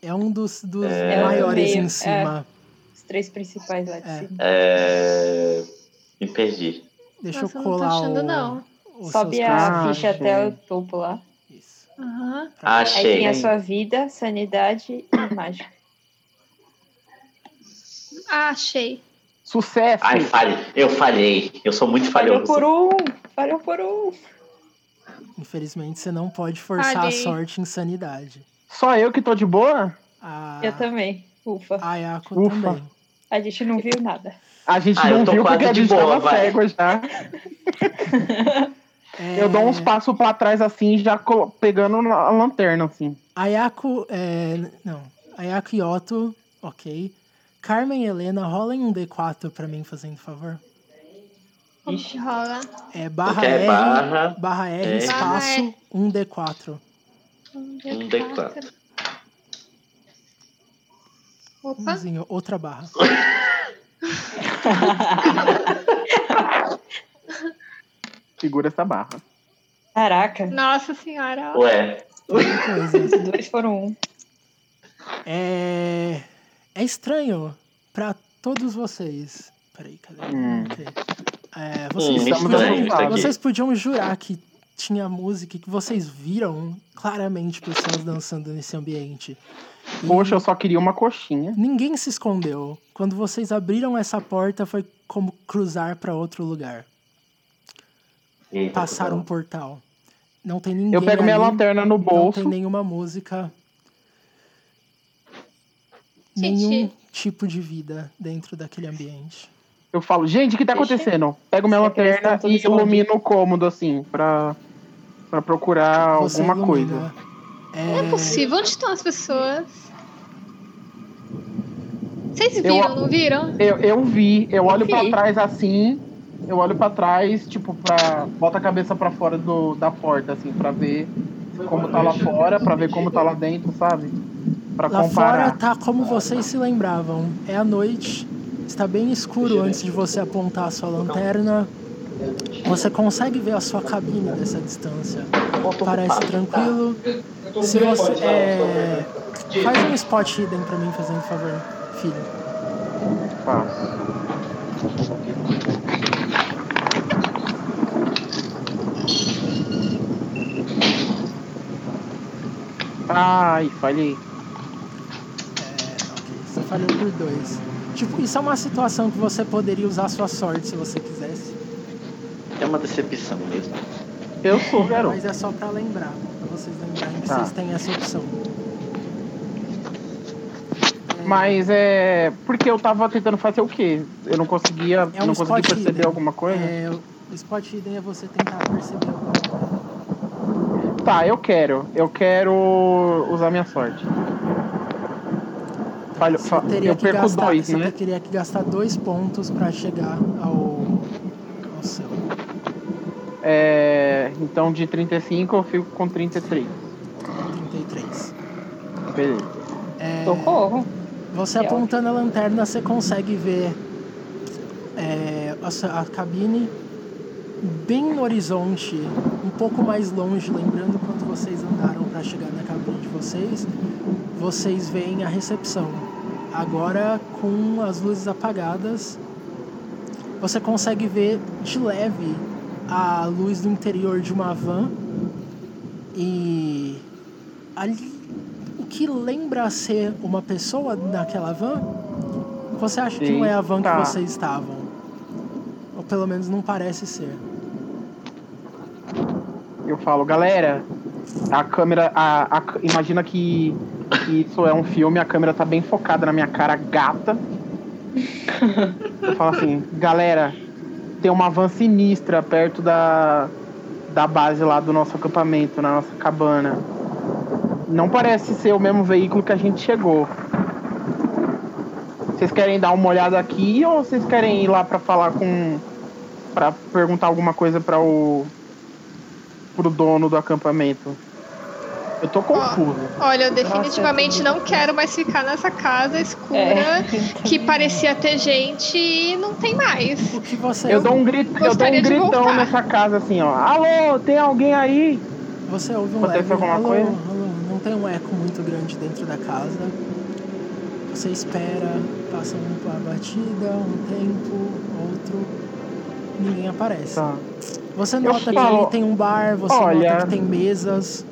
Speaker 3: É um dos, dos
Speaker 4: É.
Speaker 3: maiores
Speaker 5: Meio,
Speaker 3: em cima.
Speaker 5: Os três principais lá de
Speaker 3: É.
Speaker 5: cima.
Speaker 4: É. Me perdi.
Speaker 3: Deixa
Speaker 2: Nossa,
Speaker 3: eu
Speaker 2: não tô
Speaker 3: colar
Speaker 2: achando,
Speaker 3: o-
Speaker 2: não.
Speaker 3: os
Speaker 5: Sobe
Speaker 3: seus
Speaker 5: a
Speaker 1: caras.
Speaker 5: ficha
Speaker 1: Ah,
Speaker 5: até
Speaker 1: gente.
Speaker 5: o topo lá.
Speaker 3: Isso.
Speaker 1: Ah,
Speaker 2: Aham.
Speaker 1: é
Speaker 3: Pra-
Speaker 5: Aí
Speaker 4: Achei.
Speaker 5: tem a sua vida, sanidade e mágica.
Speaker 2: Ah, achei.
Speaker 1: Sucesso!
Speaker 4: Ai, falhei. Eu falhei. Eu sou muito
Speaker 5: Falhou
Speaker 4: falhoso.
Speaker 5: por um! Falhou por um!
Speaker 3: Infelizmente, você não pode forçar a
Speaker 2: Falhei.
Speaker 3: sorte em sanidade.
Speaker 1: Só eu que tô de boa?
Speaker 3: A,
Speaker 5: Eu também. Ufa.
Speaker 3: a Yako
Speaker 1: Ufa.
Speaker 3: também.
Speaker 5: A gente não viu nada.
Speaker 1: A gente
Speaker 4: Ah, eu
Speaker 1: não
Speaker 4: tô
Speaker 1: viu
Speaker 4: quase
Speaker 1: porque a
Speaker 4: de
Speaker 1: gente tava
Speaker 4: boa, vai.
Speaker 1: cego já.
Speaker 3: É,
Speaker 1: Eu dou um uns passos pra trás assim, já colo- pegando na- a lanterna, assim.
Speaker 3: Ayako, é, não. Ayako e Otto, ok. Carmen e Helena, rolem um D4 pra mim, fazendo favor.
Speaker 5: Ixi.
Speaker 2: Rola.
Speaker 3: É
Speaker 4: Porque
Speaker 3: barra
Speaker 4: é
Speaker 3: R, barra,
Speaker 4: barra.
Speaker 3: R,
Speaker 4: É.
Speaker 3: espaço, um D4.
Speaker 4: Um D4.
Speaker 2: é. Opa,
Speaker 3: Umzinho, outra barra.
Speaker 1: Segura essa barra.
Speaker 5: Caraca.
Speaker 2: nossa senhora. ó.
Speaker 4: Ué.
Speaker 3: Outra coisa.
Speaker 5: Os dois foram um.
Speaker 3: É, é estranho pra todos vocês. Peraí, cadê?
Speaker 1: Hum.
Speaker 3: Ok. É, vocês,
Speaker 4: Hum,
Speaker 1: estamos
Speaker 3: podiam,
Speaker 1: estranho, tá aqui.
Speaker 3: vocês podiam jurar que tinha música e que vocês viram claramente pessoas dançando nesse ambiente. E-
Speaker 1: Poxa, eu só queria uma coxinha.
Speaker 3: Ninguém se escondeu. Quando vocês abriram essa porta, foi como cruzar pra outro lugar.
Speaker 4: Eita,
Speaker 3: Passar um
Speaker 4: cuzão.
Speaker 3: portal. Não tem ninguém.
Speaker 1: Eu pego minha
Speaker 3: ali,
Speaker 1: lanterna no
Speaker 3: Não
Speaker 1: bolso.
Speaker 3: tem nenhuma música.
Speaker 2: Gente.
Speaker 3: Nenhum tipo de vida dentro daquele ambiente.
Speaker 1: Eu falo, gente, o que tá
Speaker 5: Deixa.
Speaker 1: acontecendo? Pego minha
Speaker 5: Será que eles
Speaker 1: lanterna
Speaker 5: estão todos
Speaker 1: e ilumino o cômodo, assim, pra, pra procurar
Speaker 3: Você
Speaker 1: Ah, alguma coisa.
Speaker 3: ilumina.
Speaker 2: Não é
Speaker 3: É,
Speaker 2: possível. Onde estão as pessoas? Vocês
Speaker 1: Eu-
Speaker 2: viram, não viram?
Speaker 1: Eu, eu vi, eu olho pra
Speaker 5: vi.
Speaker 1: trás assim, eu olho pra trás, tipo, pra. Bota a cabeça pra fora do, da porta, assim, pra ver como tá lá fora, pra ver como tá lá dentro, sabe? Pra
Speaker 3: lá fora
Speaker 1: comparar.
Speaker 3: tá como vocês se lembravam. É a noite. Está bem escuro antes de você apontar a sua lanterna. Você consegue ver a sua cabine dessa distância.
Speaker 4: Ponto
Speaker 3: Parece
Speaker 4: ocupado,
Speaker 3: tranquilo. Se você. É... Faz um spot hidden pra mim, fazendo favor, filho.
Speaker 1: Faço. Ai, falhei.
Speaker 3: Você falhou por dois. Tipo, isso é uma situação que você poderia usar a sua sorte se você quisesse.
Speaker 4: É uma decepção mesmo.
Speaker 1: Eu sou, garoto.
Speaker 3: Mas é só pra lembrar, pra vocês lembrarem que
Speaker 1: Tá.
Speaker 3: vocês têm essa opção.
Speaker 1: Mas é. Porque eu tava tentando fazer o quê? Eu não conseguia.
Speaker 3: É um
Speaker 1: não consegui
Speaker 3: spot
Speaker 1: perceber
Speaker 3: hidden.
Speaker 1: alguma coisa?
Speaker 3: É, o spot hidden é você tentar perceber alguma coisa.
Speaker 1: Tá, eu quero. Eu quero usar minha sorte. Falho,
Speaker 3: Você
Speaker 1: fa-
Speaker 3: teria
Speaker 1: eu
Speaker 3: que
Speaker 1: perco
Speaker 3: gastar,
Speaker 1: dois,
Speaker 3: você
Speaker 1: né?
Speaker 3: teria que gastar dois pontos pra chegar ao, ao seu.
Speaker 1: É, então de 35 eu fico com 33.
Speaker 3: 33.
Speaker 1: Beleza.
Speaker 3: É,
Speaker 5: Socorro.
Speaker 3: Você
Speaker 5: É.
Speaker 3: apontando a lanterna, você consegue ver é, a, sua- a cabine bem no horizonte, um pouco mais longe, lembrando quanto vocês andaram para chegar na cabine de vocês. Vocês veem a recepção. Agora com as luzes apagadas, você consegue ver de leve a luz do interior de uma van e ali o que lembra ser uma pessoa naquela van, você acha que não é a van que
Speaker 1: Eita.
Speaker 3: vocês estavam. Ou pelo menos não parece ser.
Speaker 1: Eu falo, galera, a câmera. A, a c- imagina que, que isso é um filme, a câmera tá bem focada na minha cara gata. Eu falo assim, galera, tem uma van sinistra perto da, da base lá do nosso acampamento, na nossa cabana. Não parece ser o mesmo veículo que a gente chegou. Vocês querem dar uma olhada aqui ou vocês querem ir lá pra falar com. pra perguntar alguma coisa pra o pro dono do acampamento. Eu tô confuso.
Speaker 2: Olha,
Speaker 1: é
Speaker 2: eu definitivamente não quero mais ficar nessa casa escura
Speaker 5: É.
Speaker 2: que parecia ter gente e não tem mais.
Speaker 3: O que você
Speaker 1: eu dou um grito, eu dou
Speaker 2: Então, Gostaria
Speaker 1: um
Speaker 2: de
Speaker 1: gritão
Speaker 2: voltar.
Speaker 1: nessa casa assim, ó. Alô, tem alguém aí?
Speaker 3: Você ouve um
Speaker 1: Aconteceu
Speaker 3: leve...
Speaker 1: alguma
Speaker 3: alô,
Speaker 1: coisa?
Speaker 3: alô, não tem um eco muito grande dentro da casa. Você espera, passa uma batida, um tempo, outro, ninguém aparece.
Speaker 1: Tá.
Speaker 3: Você nota que
Speaker 1: falo,
Speaker 3: ali tem um bar, você
Speaker 1: olha-
Speaker 3: nota que tem mesas.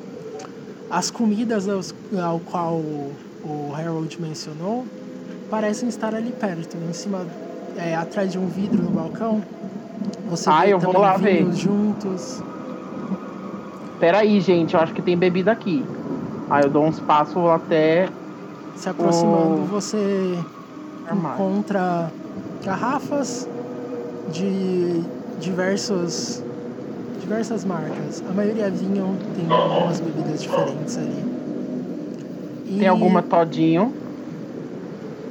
Speaker 3: As comidas aos- ao qual o o Harold mencionou parecem estar ali perto, em cima, é, atrás de um vidro no balcão. Você
Speaker 1: Ah,
Speaker 3: vê
Speaker 1: eu vou
Speaker 3: também
Speaker 1: lá ver.
Speaker 3: vinhos juntos.
Speaker 1: Pera aí, gente, eu acho que tem bebida aqui. Aí eu dou uns passos até
Speaker 3: Se aproximando,
Speaker 1: Oh.
Speaker 3: você
Speaker 1: armário.
Speaker 3: encontra garrafas de diversos, diversas marcas. A maioria vinham, tem algumas bebidas diferentes ali. E
Speaker 1: Tem alguma todinho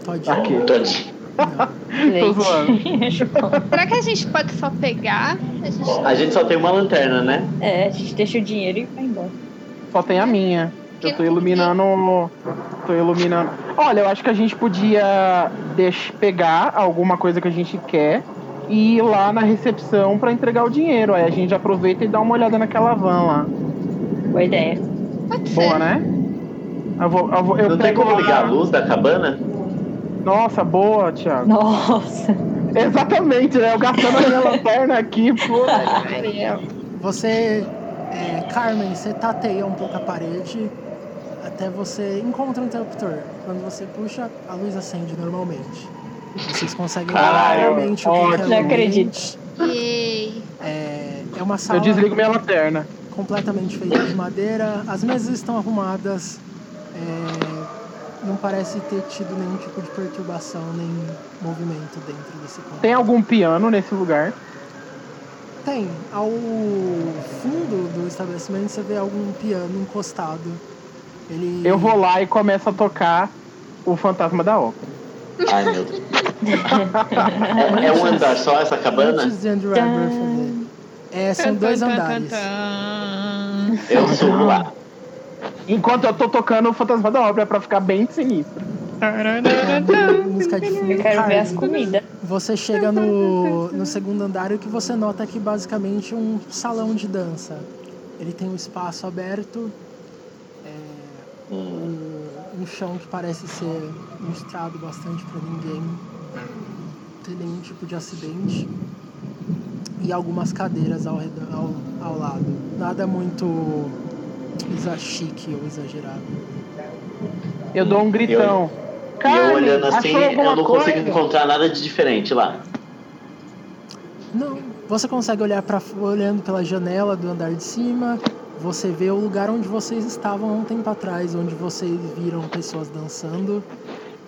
Speaker 3: Todinho?
Speaker 1: aqui.
Speaker 4: Todinho.
Speaker 3: Não.
Speaker 1: Tô zoando.
Speaker 2: Será que a gente pode só pegar? A gente tá
Speaker 4: A gente só tem uma lanterna, né?
Speaker 5: É, a gente deixa o dinheiro e vai embora.
Speaker 1: Só tem a minha. Eu tô iluminando. Tô iluminando. Olha, eu acho que a gente podia deix- pegar alguma coisa que a gente quer e ir lá na recepção pra entregar o dinheiro. Aí a gente aproveita e dá uma olhada naquela van lá.
Speaker 5: Boa ideia.
Speaker 2: pode ser.
Speaker 1: Boa, né? Eu vou. Eu, vou- eu
Speaker 4: Não tem
Speaker 1: pego
Speaker 4: como
Speaker 1: lá-
Speaker 4: ligar a luz da cabana?
Speaker 1: Nossa, boa, Thiago.
Speaker 5: Nossa.
Speaker 1: Exatamente, né? Eu gastando a minha lanterna aqui, pô.
Speaker 3: Você, é, Carmen, você tateia um pouco a parede até você encontra um interruptor. Quando você puxa, a luz acende normalmente. Vocês conseguem ver
Speaker 1: Caralho,
Speaker 3: claramente o que que é
Speaker 1: ótimo.
Speaker 5: Não acredito.
Speaker 3: ambiente.
Speaker 2: Yay.
Speaker 3: É, é uma sala
Speaker 1: Eu desligo minha lanterna.
Speaker 3: completamente feita de madeira. As mesas estão arrumadas. é, não parece ter tido nenhum tipo de perturbação, nem movimento dentro desse cômodo.
Speaker 1: Tem algum piano nesse lugar?
Speaker 3: Tem. Ao fundo do estabelecimento você vê algum piano encostado. Ele.
Speaker 1: Eu vou lá e começo a tocar o Fantasma da Ópera.
Speaker 4: Ai, meu Deus. É, é um andar só essa cabana?
Speaker 3: Antes de Andrew Webber
Speaker 5: Tcharam.
Speaker 3: fazer. É, são dois
Speaker 2: Tan, tan, tan,
Speaker 3: andares.
Speaker 2: tan.
Speaker 4: Eu subo lá.
Speaker 1: Enquanto eu tô tocando o Fantasma da Ópera pra ficar bem sinistro.
Speaker 3: É, música de fundo.
Speaker 5: Eu quero ver as
Speaker 3: Cara,
Speaker 5: comidas.
Speaker 3: Você chega no, no segundo andar e o que você nota é que basicamente é um salão de dança. Ele tem um espaço aberto,
Speaker 4: Hum,
Speaker 3: um, um chão que parece ser mostrado bastante para ninguém ter nenhum tipo de acidente e algumas cadeiras ao, redor, ao, ao lado. Nada muito exa- chique ou exagerado.
Speaker 1: Eu dou um gritão.
Speaker 4: E eu
Speaker 1: Carne,
Speaker 4: olhando assim,
Speaker 1: achou alguma
Speaker 4: eu não consigo
Speaker 1: coisa?
Speaker 4: encontrar nada de diferente lá.
Speaker 3: Não, você consegue olhar para olhando pela janela do andar de cima, você vê o lugar onde vocês estavam há um tempo atrás, onde vocês viram pessoas dançando,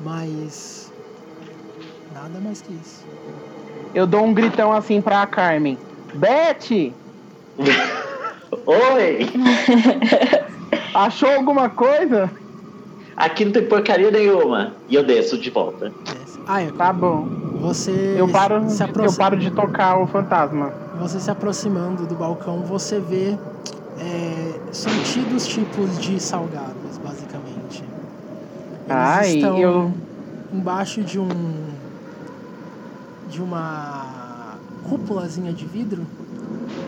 Speaker 3: mas nada mais que isso.
Speaker 1: Eu dou um gritão assim pra Carmen. Beth,
Speaker 4: Oi!
Speaker 1: achou alguma coisa?
Speaker 4: Aqui não tem porcaria nenhuma. E eu desço de volta.
Speaker 3: Desce. Ah, é.
Speaker 1: Tá bom.
Speaker 3: Você
Speaker 1: Eu paro,
Speaker 3: se
Speaker 1: eu
Speaker 3: aproxima.
Speaker 1: paro de tocar o fantasma.
Speaker 3: Você se aproximando do balcão, você vê é, sentidos tipos de salgados, basicamente. Eles
Speaker 1: Ai,
Speaker 3: estão
Speaker 1: eu-
Speaker 3: embaixo de um de uma cúpulazinha de vidro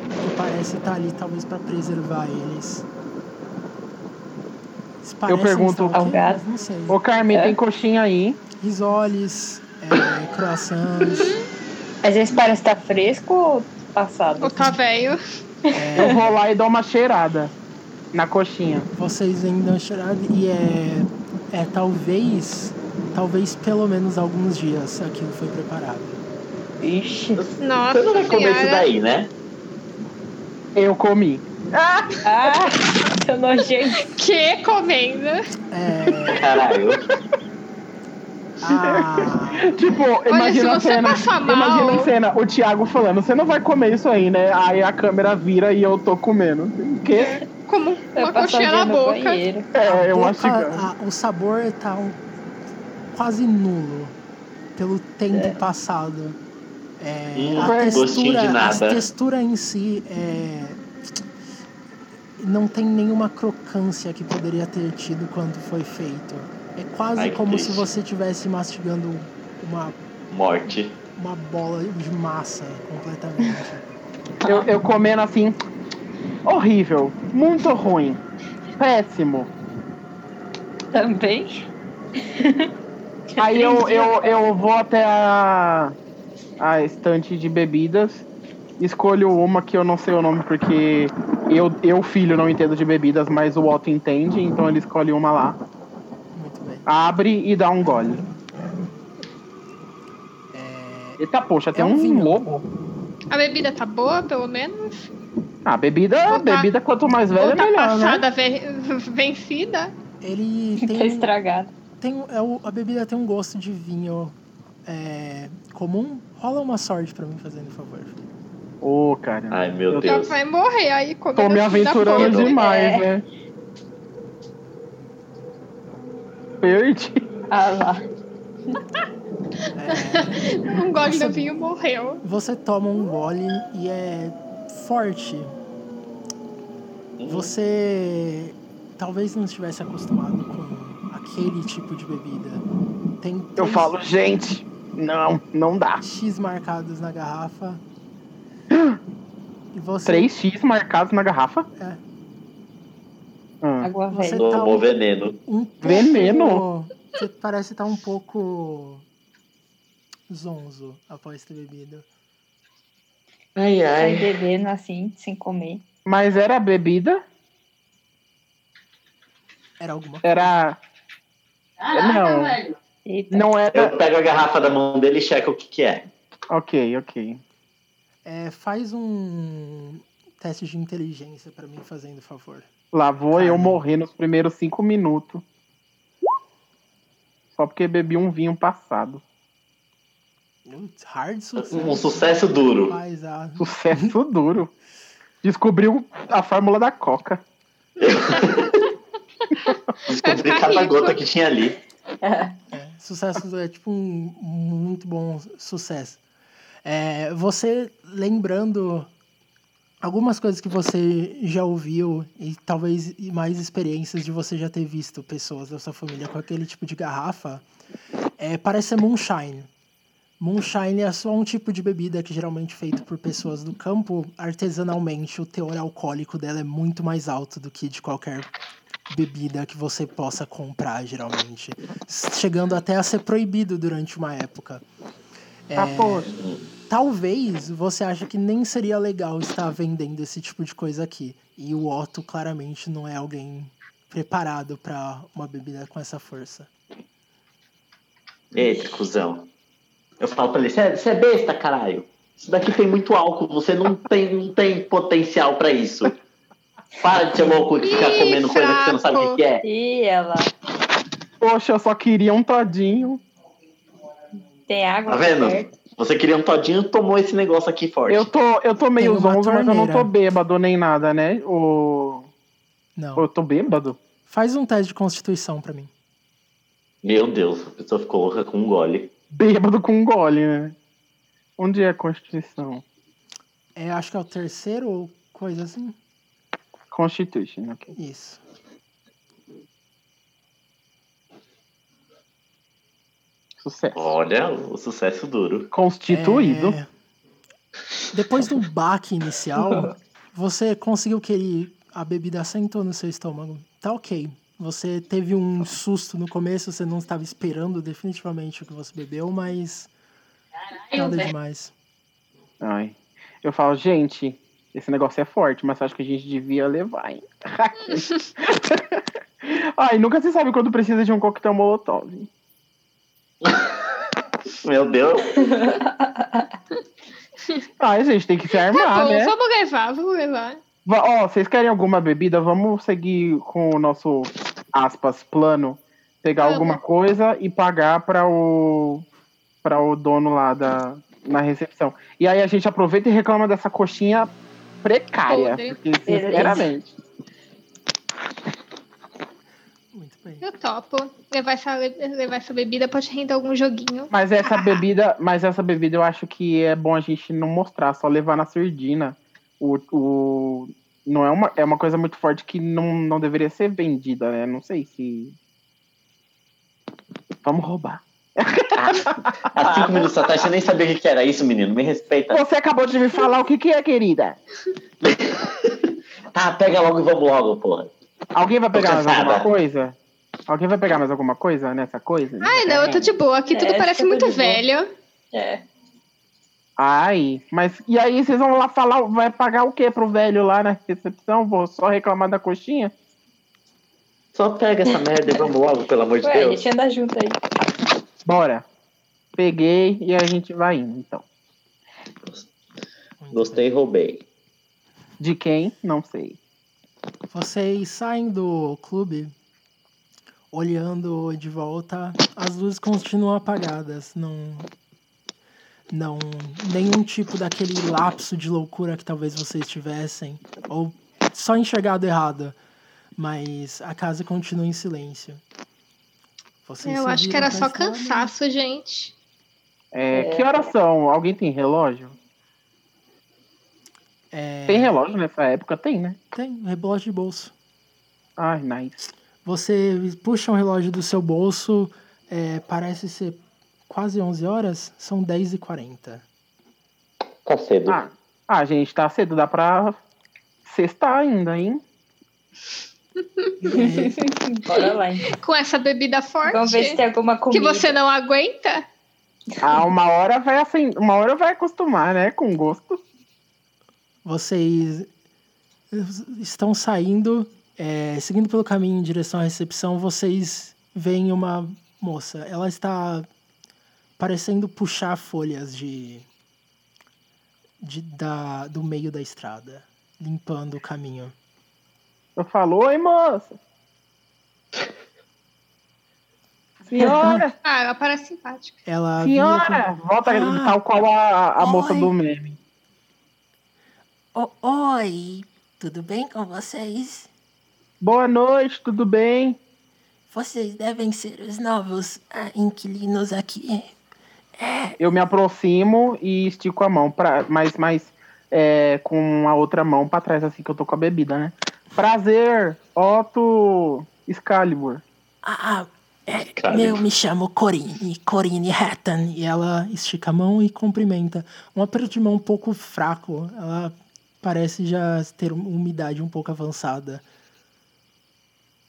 Speaker 3: que parece estar ali talvez para preservar eles. Eles parecem
Speaker 1: pergunto-
Speaker 3: estar aqui,
Speaker 5: Salgado.
Speaker 3: mas Não sei.
Speaker 1: Ô Carmen,
Speaker 5: É?
Speaker 1: tem coxinha aí?
Speaker 3: Risoles, é, croissants.
Speaker 5: Mas esse parece estar fresco ou passado?
Speaker 2: Ou tá velho?
Speaker 1: Eu vou lá e dou uma cheirada na coxinha.
Speaker 3: vocês ainda cheiraram e é, é talvez, talvez pelo menos alguns dias aquilo foi preparado.
Speaker 5: Ixi.
Speaker 4: Você
Speaker 2: Nossa
Speaker 4: não vai comer isso
Speaker 2: senhora.
Speaker 4: daí, né?
Speaker 1: Eu comi.
Speaker 5: Ah, seu nojento.
Speaker 2: Que comenda?
Speaker 3: É,
Speaker 4: Caralho.
Speaker 3: a-
Speaker 1: Tipo,
Speaker 2: Olha, se
Speaker 1: imagina a
Speaker 2: você
Speaker 1: cena.
Speaker 2: passar mal.
Speaker 1: Imagina a cena, o Thiago falando, você não vai comer isso aí, né? Aí a câmera vira e eu tô comendo. O quê?
Speaker 2: Como
Speaker 5: Vai
Speaker 2: uma
Speaker 5: passar
Speaker 2: coxinha
Speaker 5: o dia
Speaker 2: na
Speaker 5: no
Speaker 2: boca.
Speaker 5: banheiro.
Speaker 2: Ah,
Speaker 3: a
Speaker 1: É, eu
Speaker 3: boca-
Speaker 1: mastigando.
Speaker 3: a- o sabor tá um- quase nulo pelo tempo passado. É,
Speaker 4: Hum,
Speaker 3: a
Speaker 1: gostinho
Speaker 3: textura,
Speaker 4: de
Speaker 3: a
Speaker 4: nada.
Speaker 3: textura em si é, não tem nenhuma crocância que poderia ter tido quando foi feito. É quase
Speaker 4: Ai, que
Speaker 3: como se
Speaker 4: triste.
Speaker 3: você estivesse mastigando uma
Speaker 4: Morte.
Speaker 3: uma bola de massa completamente.
Speaker 1: Eu, eu comendo assim. Horrível. Muito ruim. Péssimo.
Speaker 5: Também?
Speaker 1: Aí eu, eu, eu vou até a, a estante de bebidas, escolho uma que eu não sei o nome, porque eu, eu filho, não entendo de bebidas, mas o Otto entende, então ele escolhe uma lá,
Speaker 3: Muito bem.
Speaker 1: abre e dá um gole. Eita, poxa, tem
Speaker 3: é um
Speaker 1: um,
Speaker 3: vinho.
Speaker 1: lobo.
Speaker 2: A bebida tá boa, pelo menos?
Speaker 1: Ah, bebida,
Speaker 2: Ou tá-
Speaker 1: bebida quanto mais velha,
Speaker 2: Ou tá
Speaker 1: melhor, né?
Speaker 2: passada ve- vencida?
Speaker 3: Ele
Speaker 5: Tá
Speaker 3: tem,
Speaker 5: estragado.
Speaker 3: tem é o- a bebida tem um gosto de vinho é, comum. Rola uma sorte pra mim fazendo por favor. filho.
Speaker 1: Ô, cara.
Speaker 4: Ai, meu
Speaker 1: Eu
Speaker 2: Já
Speaker 4: Deus.
Speaker 2: vai morrer aí.
Speaker 1: Tô me aventurando
Speaker 4: podre.
Speaker 1: demais,
Speaker 5: É.
Speaker 1: né? Perdi.
Speaker 5: Ah lá.
Speaker 3: É,
Speaker 2: Um gole
Speaker 3: Nossa.
Speaker 2: do vinho morreu.
Speaker 3: você toma um gole e é forte. Você talvez não estivesse acostumado com aquele tipo de bebida. Tem
Speaker 1: Eu
Speaker 3: três
Speaker 1: falo, gente, não, não dá.
Speaker 3: X marcados na garrafa. E você
Speaker 1: 3x marcados na garrafa?
Speaker 3: É.
Speaker 1: Ah,
Speaker 5: Água
Speaker 3: Você-
Speaker 5: velha.
Speaker 4: Tomou
Speaker 3: Então-
Speaker 4: veneno.
Speaker 3: um pouco-
Speaker 1: Veneno.
Speaker 3: Você parece estar um pouco zonzo após ter bebido.
Speaker 4: Ai,
Speaker 5: Sai
Speaker 4: ai.
Speaker 5: bebendo assim, sem comer.
Speaker 1: Mas era bebida?
Speaker 3: Era alguma
Speaker 1: Era. não,
Speaker 5: Eita.
Speaker 1: não era.
Speaker 4: Eu pego a garrafa da mão dele e checo o que que é.
Speaker 1: Ok, ok.
Speaker 3: é, Faz um teste de inteligência pra mim, fazendo favor.
Speaker 1: Lá vou eu
Speaker 3: Carne.
Speaker 1: morrer nos primeiros cinco minutos. Só porque bebi um vinho passado.
Speaker 3: Putz, Hard
Speaker 4: Um
Speaker 3: sucesso.
Speaker 4: sucesso duro.
Speaker 3: Mas, ah,
Speaker 1: Sucesso duro. Descobriu a fórmula da coca.
Speaker 4: Descobri
Speaker 2: ficar
Speaker 4: cada
Speaker 2: rico.
Speaker 4: gota que tinha ali.
Speaker 3: é, sucesso é tipo um muito bom sucesso. É, você lembrando algumas coisas que você já ouviu e talvez mais experiências de você já ter visto pessoas da sua família com aquele tipo de garrafa, é, parece ser moonshine. Moonshine é só um tipo de bebida que geralmente é feito por pessoas do campo. Artesanalmente, o teor alcoólico dela é muito mais alto do que de qualquer bebida que você possa comprar, geralmente. Chegando até a ser proibido durante uma época. É,
Speaker 1: Ah, pô,
Speaker 3: talvez você ache que nem seria legal estar vendendo esse tipo de coisa aqui. E o Otto claramente não é alguém preparado para uma bebida com essa força.
Speaker 4: Eita, cuzão. Eu falo pra ele, você é besta, caralho. Isso daqui tem muito álcool, você não tem, não tem potencial pra isso. Para de ser louco de ficar
Speaker 2: Ih,
Speaker 4: comendo coisa que você não sabe o que que é.
Speaker 5: E ela
Speaker 1: poxa, eu só queria um todinho.
Speaker 5: tem água
Speaker 4: Tá vendo?
Speaker 5: perto.
Speaker 4: Você queria um todinho, tomou esse negócio aqui forte.
Speaker 1: Eu tô, eu tô meio
Speaker 3: Tem uma
Speaker 1: zonzo, mas eu não tô
Speaker 3: torneira.
Speaker 1: bêbado nem nada, né? Ô,
Speaker 3: Não.
Speaker 1: Eu tô bêbado?
Speaker 3: Faz um teste de constituição para mim.
Speaker 4: Meu Deus, a pessoa ficou louca com um gole.
Speaker 1: Bêbado com um gole, né? Onde é a Constituição?
Speaker 3: É, acho que é o terceiro ou coisa assim.
Speaker 1: Constitution, ok.
Speaker 3: Isso.
Speaker 1: Sucesso.
Speaker 4: Olha, o sucesso duro.
Speaker 1: Constituído?
Speaker 3: É, Depois do baque inicial, você conseguiu que ele, a bebida sentou no seu estômago. Tá ok. Você teve um susto no começo, você não estava esperando definitivamente o que você bebeu, mas
Speaker 2: um
Speaker 3: nada demais.
Speaker 1: Ai. Eu falo, gente, esse negócio é forte, mas acho que a gente devia levar, hein? Ai, nunca se sabe quando precisa de um coquetel molotov.
Speaker 4: Meu Deus.
Speaker 1: Ai, gente, tem que se
Speaker 2: Tá
Speaker 1: armar,
Speaker 2: bom,
Speaker 1: né?
Speaker 2: vamos levar, vamos levar.
Speaker 1: Va- Ó, vocês querem alguma bebida? Vamos seguir com o nosso, aspas, plano. Pegar
Speaker 2: Vamos.
Speaker 1: alguma coisa e pagar para o para o dono lá da, na recepção. E aí a gente aproveita e reclama dessa coxinha precária.
Speaker 2: Podre.
Speaker 1: Porque, sinceramente.
Speaker 3: Muito bem.
Speaker 2: Eu topo. Levar essa, levar essa bebida pode render algum joguinho.
Speaker 1: Mas essa bebida, mas essa bebida eu acho que é bom a gente não mostrar, só levar na surdina. O, o não é uma é uma coisa muito forte que não, não deveria ser vendida, né? Não sei se Vamos roubar.
Speaker 4: Há cinco minutos atrás, você nem sabia o que que era isso, menino. Me respeita.
Speaker 1: Você acabou de me falar o que que é, querida?
Speaker 4: Tá, pega logo e vamos logo, porra.
Speaker 1: Alguém vai pegar mais
Speaker 4: cansada.
Speaker 1: alguma coisa? Alguém vai pegar mais alguma coisa nessa coisa?
Speaker 2: Ai, não, eu tô de boa. Aqui
Speaker 5: É,
Speaker 2: tudo
Speaker 5: acho
Speaker 2: parece
Speaker 5: que eu tô
Speaker 2: muito
Speaker 5: de boa.
Speaker 2: velho.
Speaker 5: É.
Speaker 1: Ai, mas e aí vocês vão lá falar, vai pagar o quê pro velho lá na recepção? Vou só reclamar da coxinha?
Speaker 4: Só pega essa merda e vamos logo, pelo amor de
Speaker 5: Ué, a
Speaker 4: Deus.
Speaker 5: gente anda junto aí.
Speaker 1: Bora. Peguei e a gente vai indo, então.
Speaker 3: Muito
Speaker 4: Gostei e roubei.
Speaker 1: De quem? Não sei.
Speaker 3: Vocês saem do clube olhando de volta, as luzes continuam apagadas, não não nenhum tipo daquele lapso de loucura que talvez vocês tivessem ou só enxergado errado, mas a casa continua em silêncio. Vocês
Speaker 2: eu acho que
Speaker 3: seguiram
Speaker 2: era
Speaker 3: pra
Speaker 2: só
Speaker 5: né?
Speaker 3: estrada.
Speaker 2: cansaço, gente.
Speaker 1: É, Que horas são? Alguém tem relógio?
Speaker 3: É,
Speaker 1: Tem relógio nessa época? Tem, né?
Speaker 3: tem relógio de bolso.
Speaker 1: Ai, nice.
Speaker 3: Você puxa um relógio do seu bolso, é, parece ser quase 11 horas, são 10h40.
Speaker 4: Tá cedo.
Speaker 1: Ah, ah, gente, tá cedo, dá pra sextar ainda, hein?
Speaker 3: É,
Speaker 5: Bora lá. então.
Speaker 2: Com essa bebida forte
Speaker 5: Vamos ver se tem alguma
Speaker 2: que
Speaker 5: comida.
Speaker 2: você não aguenta.
Speaker 1: Ah, uma hora vai assim, uma hora vai acostumar, né? Com gosto.
Speaker 3: Vocês estão saindo, é, seguindo pelo caminho em direção à recepção, vocês veem uma moça. Ela está parecendo puxar folhas de, de- da, do meio da estrada, limpando o caminho.
Speaker 1: Eu falo, oi, moça.
Speaker 5: Senhora!
Speaker 1: Senhora,
Speaker 2: Ah, ela parece simpática.
Speaker 3: Ela vira pra-
Speaker 1: senhora. Volta
Speaker 3: Ah,
Speaker 1: tal qual a, a moça
Speaker 3: oi.
Speaker 1: do meme.
Speaker 6: O- Oi, tudo bem com vocês?
Speaker 1: Boa noite, tudo bem?
Speaker 6: Vocês devem ser os novos ah, inquilinos aqui.
Speaker 1: Eu me aproximo e estico a mão, pra, mas, mas é, com a outra mão pra trás, assim que eu tô com a bebida, né? Prazer, Otto Excalibur.
Speaker 3: Ah, ah, é,
Speaker 4: Cara.
Speaker 3: eu me chamo Corine, Corine Hatton.
Speaker 7: E ela estica a mão e cumprimenta. Um aperto de mão um pouco fraco. Ela parece já ter uma idade um pouco avançada.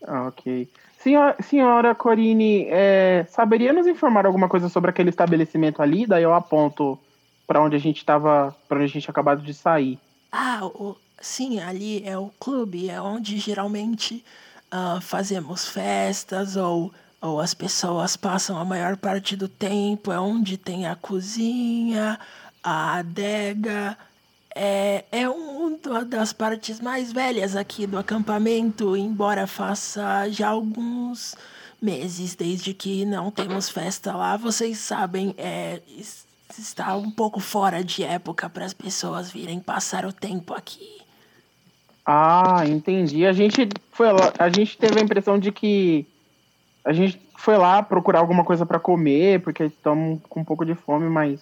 Speaker 1: Ah, ok. Senhora, senhora Corine, é, saberia nos informar alguma coisa sobre aquele estabelecimento ali? Daí eu aponto pra onde a gente tava, pra onde a gente é acabado de sair.
Speaker 3: Ah, o, sim, ali é o clube, é onde geralmente ah, fazemos festas ou, ou as pessoas passam a maior parte do tempo. É onde tem a cozinha, a adega. É, é uma das partes mais velhas aqui do acampamento, embora faça já alguns meses desde que não temos festa lá. Vocês sabem, é, es- está um pouco fora de época para as pessoas virem passar o tempo aqui.
Speaker 1: Ah, entendi. A gente foi lá, a gente teve a impressão de que a gente foi lá procurar alguma coisa pra comer, porque estamos com um pouco de fome, mas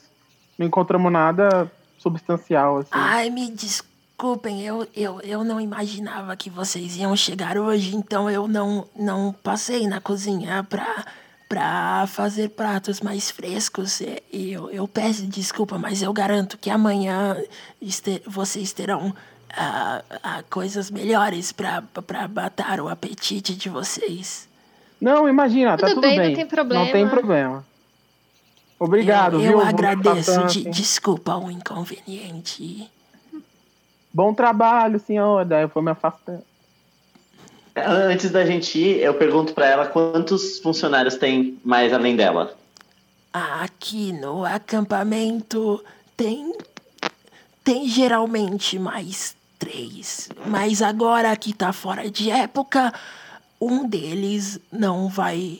Speaker 1: não encontramos nada substancial assim.
Speaker 2: Ah,
Speaker 3: Ai, me desculpem, eu, eu, eu não imaginava que vocês iam chegar hoje, então eu não, não passei na cozinha para pra fazer pratos mais frescos. E- e Eu, eu peço desculpa, mas eu garanto que amanhã este- vocês terão. ah, ah, coisas melhores para pra matar o apetite de vocês.
Speaker 1: Não, imagina, tá
Speaker 2: Tudo
Speaker 1: tudo
Speaker 2: bem, não
Speaker 1: bem.
Speaker 2: tem problema.
Speaker 1: Não tem problema. Obrigado,
Speaker 3: eu,
Speaker 1: viu?
Speaker 3: eu
Speaker 1: Vamos
Speaker 3: agradeço.
Speaker 1: passar,
Speaker 3: de-
Speaker 1: assim.
Speaker 3: desculpa o inconveniente.
Speaker 1: Bom trabalho, senhora. Daí eu fui me afastando.
Speaker 4: Antes da gente ir, eu pergunto pra ela quantos funcionários tem mais além dela.
Speaker 3: Ah, Aqui no acampamento tem. Tem geralmente mais três. Mas agora que tá fora de época, um deles não vai.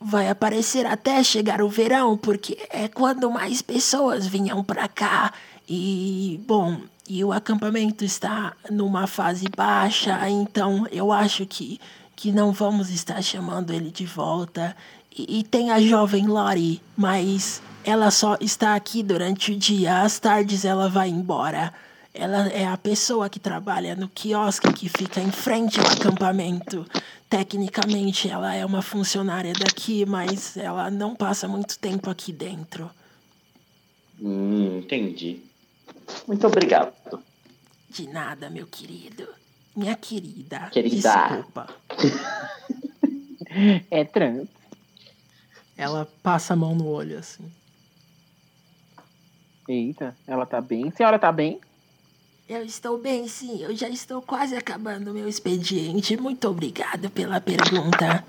Speaker 3: Vai aparecer até chegar o verão, porque é quando mais pessoas vinham pra cá. E, bom, e o acampamento está numa fase baixa, então eu acho que, que não vamos estar chamando ele de volta. E, e tem a jovem Lori, mas ela só está aqui durante o dia, às tardes ela vai embora. Ela é a pessoa que trabalha no quiosque que fica em frente ao acampamento. Tecnicamente, ela é uma funcionária daqui, mas ela não passa muito tempo aqui dentro.
Speaker 4: Hum, entendi. Muito obrigado.
Speaker 3: De nada, meu querido. Minha querida.
Speaker 4: Querida.
Speaker 3: Desculpa.
Speaker 1: É trânsito.
Speaker 7: Ela passa a mão no olho, assim.
Speaker 1: Eita, ela tá bem. Senhora tá bem?
Speaker 3: Eu estou bem, sim. Eu já estou quase acabando meu expediente. Muito obrigado pela pergunta.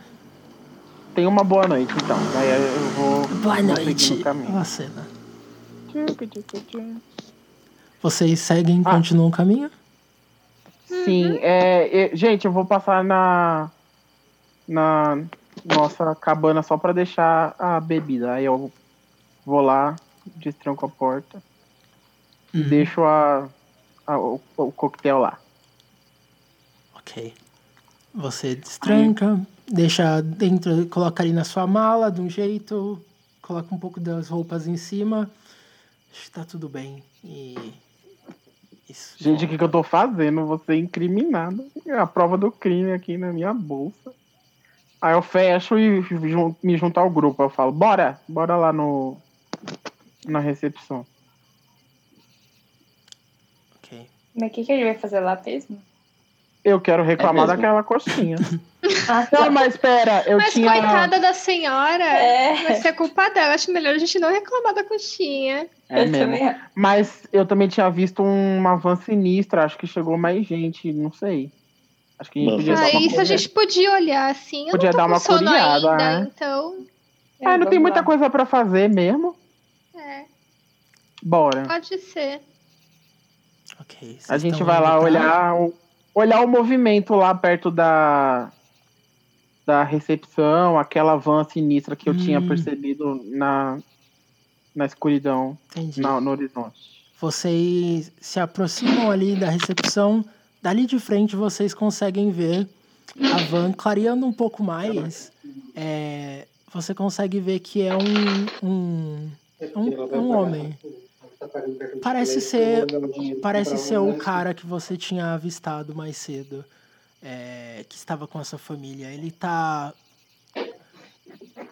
Speaker 1: Tenha uma boa noite, então. Daí eu vou.
Speaker 3: Boa
Speaker 1: vou
Speaker 3: noite.
Speaker 1: seguir no caminho.
Speaker 7: Ela cena. Vocês seguem e
Speaker 1: Ah.
Speaker 7: continuam o caminho?
Speaker 1: Sim, é, é, gente, eu vou passar na na nossa cabana só pra deixar a bebida. Aí eu vou lá, destranco a porta e
Speaker 7: Uhum.
Speaker 1: deixo a, a- o, o coquetel lá.
Speaker 7: Ok. Você destranca, deixa dentro, coloca ali na sua mala de um jeito, coloca um pouco das roupas em cima. Acho que tá tudo bem. E. Isso.
Speaker 1: Gente, o que, que eu tô fazendo? Vou ser incriminado. É a prova do crime aqui na minha bolsa. Aí eu fecho e jun- me junto ao grupo. Eu falo, bora! Bora lá no. Na recepção.
Speaker 7: Ok.
Speaker 5: Mas o que, que ele vai fazer lá mesmo?
Speaker 1: Eu quero reclamar
Speaker 4: mesmo?
Speaker 1: daquela coxinha. Não, mas pera, eu
Speaker 2: Mas
Speaker 1: tinha.
Speaker 2: coitada da senhora, vai
Speaker 5: É,
Speaker 2: ser culpa dela. Acho melhor a gente não reclamar da coxinha.
Speaker 1: É
Speaker 5: eu
Speaker 1: mesmo.
Speaker 5: também.
Speaker 1: Mas eu também tinha visto um, uma van sinistra, acho que chegou mais gente, não sei. Acho que a gente
Speaker 4: Mano.
Speaker 1: podia dar
Speaker 2: Ah,
Speaker 1: uma
Speaker 2: isso a
Speaker 1: corre-
Speaker 2: gente podia olhar assim. Eu
Speaker 1: Podia
Speaker 2: não tô
Speaker 1: dar
Speaker 2: com
Speaker 1: uma
Speaker 2: sono
Speaker 1: curiada,
Speaker 2: ainda,
Speaker 1: né?
Speaker 2: então.
Speaker 1: Ah, não
Speaker 5: vamos
Speaker 1: tem muita
Speaker 5: lá.
Speaker 1: coisa pra fazer mesmo.
Speaker 2: É,
Speaker 1: Bora.
Speaker 2: pode ser.
Speaker 7: Ok. Vocês
Speaker 1: A gente
Speaker 7: tão
Speaker 1: vai
Speaker 7: indo
Speaker 1: lá
Speaker 7: pra-
Speaker 1: olhar o, olhar o movimento lá perto da da recepção, aquela van sinistra que eu tinha
Speaker 7: Hum.
Speaker 1: percebido na na escuridão,
Speaker 7: Entendi.
Speaker 1: na- no horizonte.
Speaker 7: Vocês se aproximam ali da recepção. Dali de frente vocês conseguem ver a van clareando um pouco mais. É, você consegue ver que é um, um, um, um homem.
Speaker 3: Parece ser- Parece ser o cara que você tinha avistado mais cedo, é, que estava com a sua família. Ele tá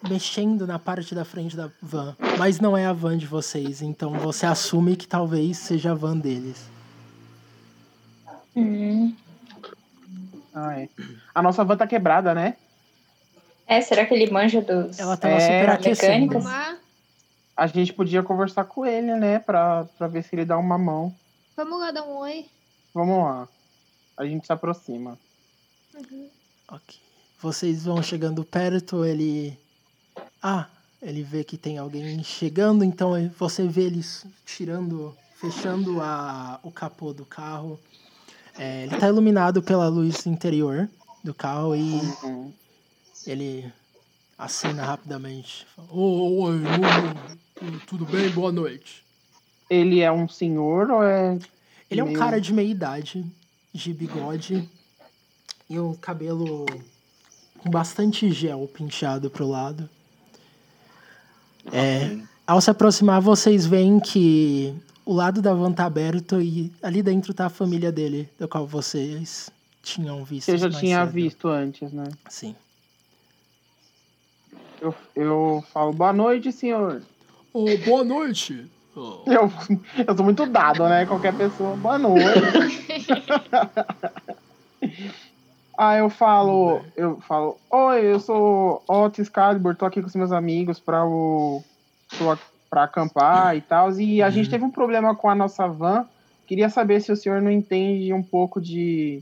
Speaker 3: mexendo na parte da frente da van, mas não é a van de vocês, então você assume que talvez seja a van deles.
Speaker 5: Hum.
Speaker 1: Ah, é. A nossa van tá quebrada, né?
Speaker 5: É, será que ele manja dos.
Speaker 3: Ela tava
Speaker 1: É,
Speaker 3: superaquecendo.
Speaker 5: mecânicas.
Speaker 2: Vamos,
Speaker 1: A gente podia conversar com ele, né? Pra, pra ver se ele dá uma mão.
Speaker 2: vamos lá dar um oi.
Speaker 1: Vamos lá. A gente se aproxima.
Speaker 3: Ok. Vocês vão chegando perto, ele. Ah, ele vê que tem alguém chegando, então ele- você vê ele s- tirando, fechando a, o capô do carro. É, ele tá iluminado pela luz interior do carro e
Speaker 1: Uhum.
Speaker 3: ele assina rapidamente. Fala, "Ô, oi, Lu, Lu, tudo bem? Boa noite.
Speaker 1: Ele é um senhor ou é.
Speaker 3: Ele é um
Speaker 1: Meio-
Speaker 3: cara de meia idade, de bigode e um cabelo com bastante gel penteado pro lado. É, ao se aproximar, vocês veem que o lado da van tá aberto e ali dentro tá a família dele, da qual vocês tinham visto.
Speaker 1: Você já
Speaker 3: mais
Speaker 1: tinha
Speaker 3: cedo.
Speaker 1: visto antes, né?
Speaker 3: Sim.
Speaker 1: Eu, eu falo, boa noite, senhor.
Speaker 3: Oh, boa noite.
Speaker 1: Eu, eu sou muito dado, né? Qualquer pessoa, boa noite. Aí eu falo, eu falo, oi, eu sou Otis Calibur, tô aqui com os meus amigos pra, o, pro ac- pra acampar e tal. E a gente
Speaker 3: Uhum.
Speaker 1: teve um problema com a nossa van. Queria saber se o senhor não entende um pouco de,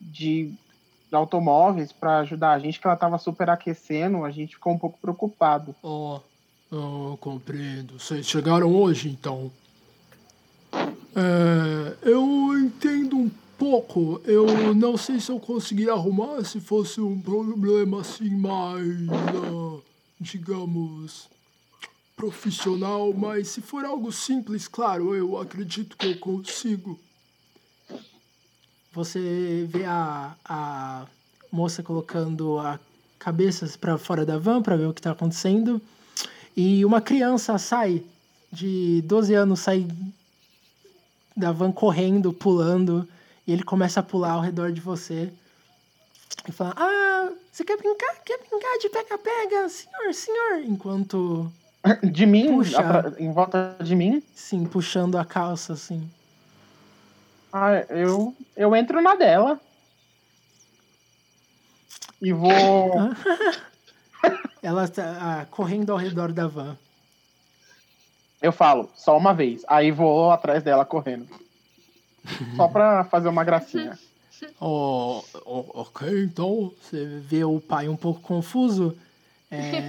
Speaker 1: de automóveis pra ajudar a gente, que ela tava super aquecendo, a gente ficou um pouco preocupado.
Speaker 3: Oh, eu compreendo. Vocês chegaram hoje, então. É, eu entendo um pouco. Eu não sei se eu conseguiria arrumar se fosse um problema assim mais, ah, digamos, profissional. Mas se for algo simples, claro, eu acredito que eu consigo. Você vê a, a moça colocando a cabeças para fora da van para ver o que tá acontecendo. E uma criança sai de 12 anos, sai da van correndo, pulando, e ele começa a pular ao redor de você. E fala: "Ah, você quer brincar? Quer brincar de pega pega, senhor, senhor?" Enquanto
Speaker 1: De mim,
Speaker 3: Puxa.
Speaker 1: atra- em volta de mim.
Speaker 3: sim, puxando a calça assim.
Speaker 1: Ah, eu, eu entro na dela. E vou.
Speaker 3: Ela tá ah, correndo ao redor da van.
Speaker 1: Eu falo, só uma vez. Aí vou atrás dela correndo. Só pra fazer uma gracinha.
Speaker 3: Oh, ok, então você vê o pai um pouco confuso. É,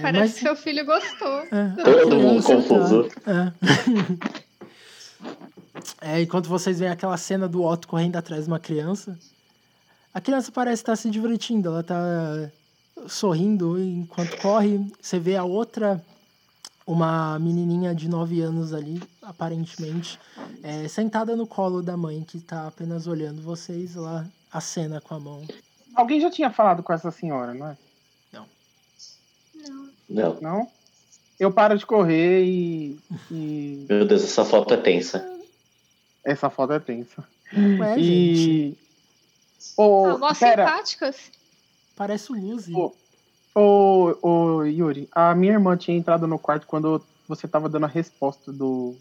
Speaker 2: Parece
Speaker 3: mas-
Speaker 2: que seu filho gostou.
Speaker 5: Ah,
Speaker 3: É,
Speaker 4: Todo
Speaker 3: a
Speaker 4: mundo
Speaker 3: criança
Speaker 4: confuso.
Speaker 3: tá. É. É, enquanto vocês veem aquela cena do Otto correndo atrás de uma criança, a criança parece estar se divertindo, ela tá sorrindo enquanto corre. Você vê a outra, uma menininha de 9 anos ali, aparentemente, é, sentada no colo da mãe, que tá apenas olhando vocês lá, a cena com a mão.
Speaker 1: Alguém já tinha falado com essa senhora, não é?
Speaker 2: Não.
Speaker 4: Não.
Speaker 1: Não? Eu paro de correr e. e-
Speaker 4: Meu Deus, essa foto é tensa.
Speaker 1: Essa foto é tensa.
Speaker 3: Ué, gente,
Speaker 1: E. Ô,
Speaker 2: Ah, mó
Speaker 1: pera,
Speaker 2: simpáticas.
Speaker 3: parece o Luzi.
Speaker 1: Pô. Ô, ô, Yuri, a minha irmã tinha entrado no quarto quando você tava dando a resposta do,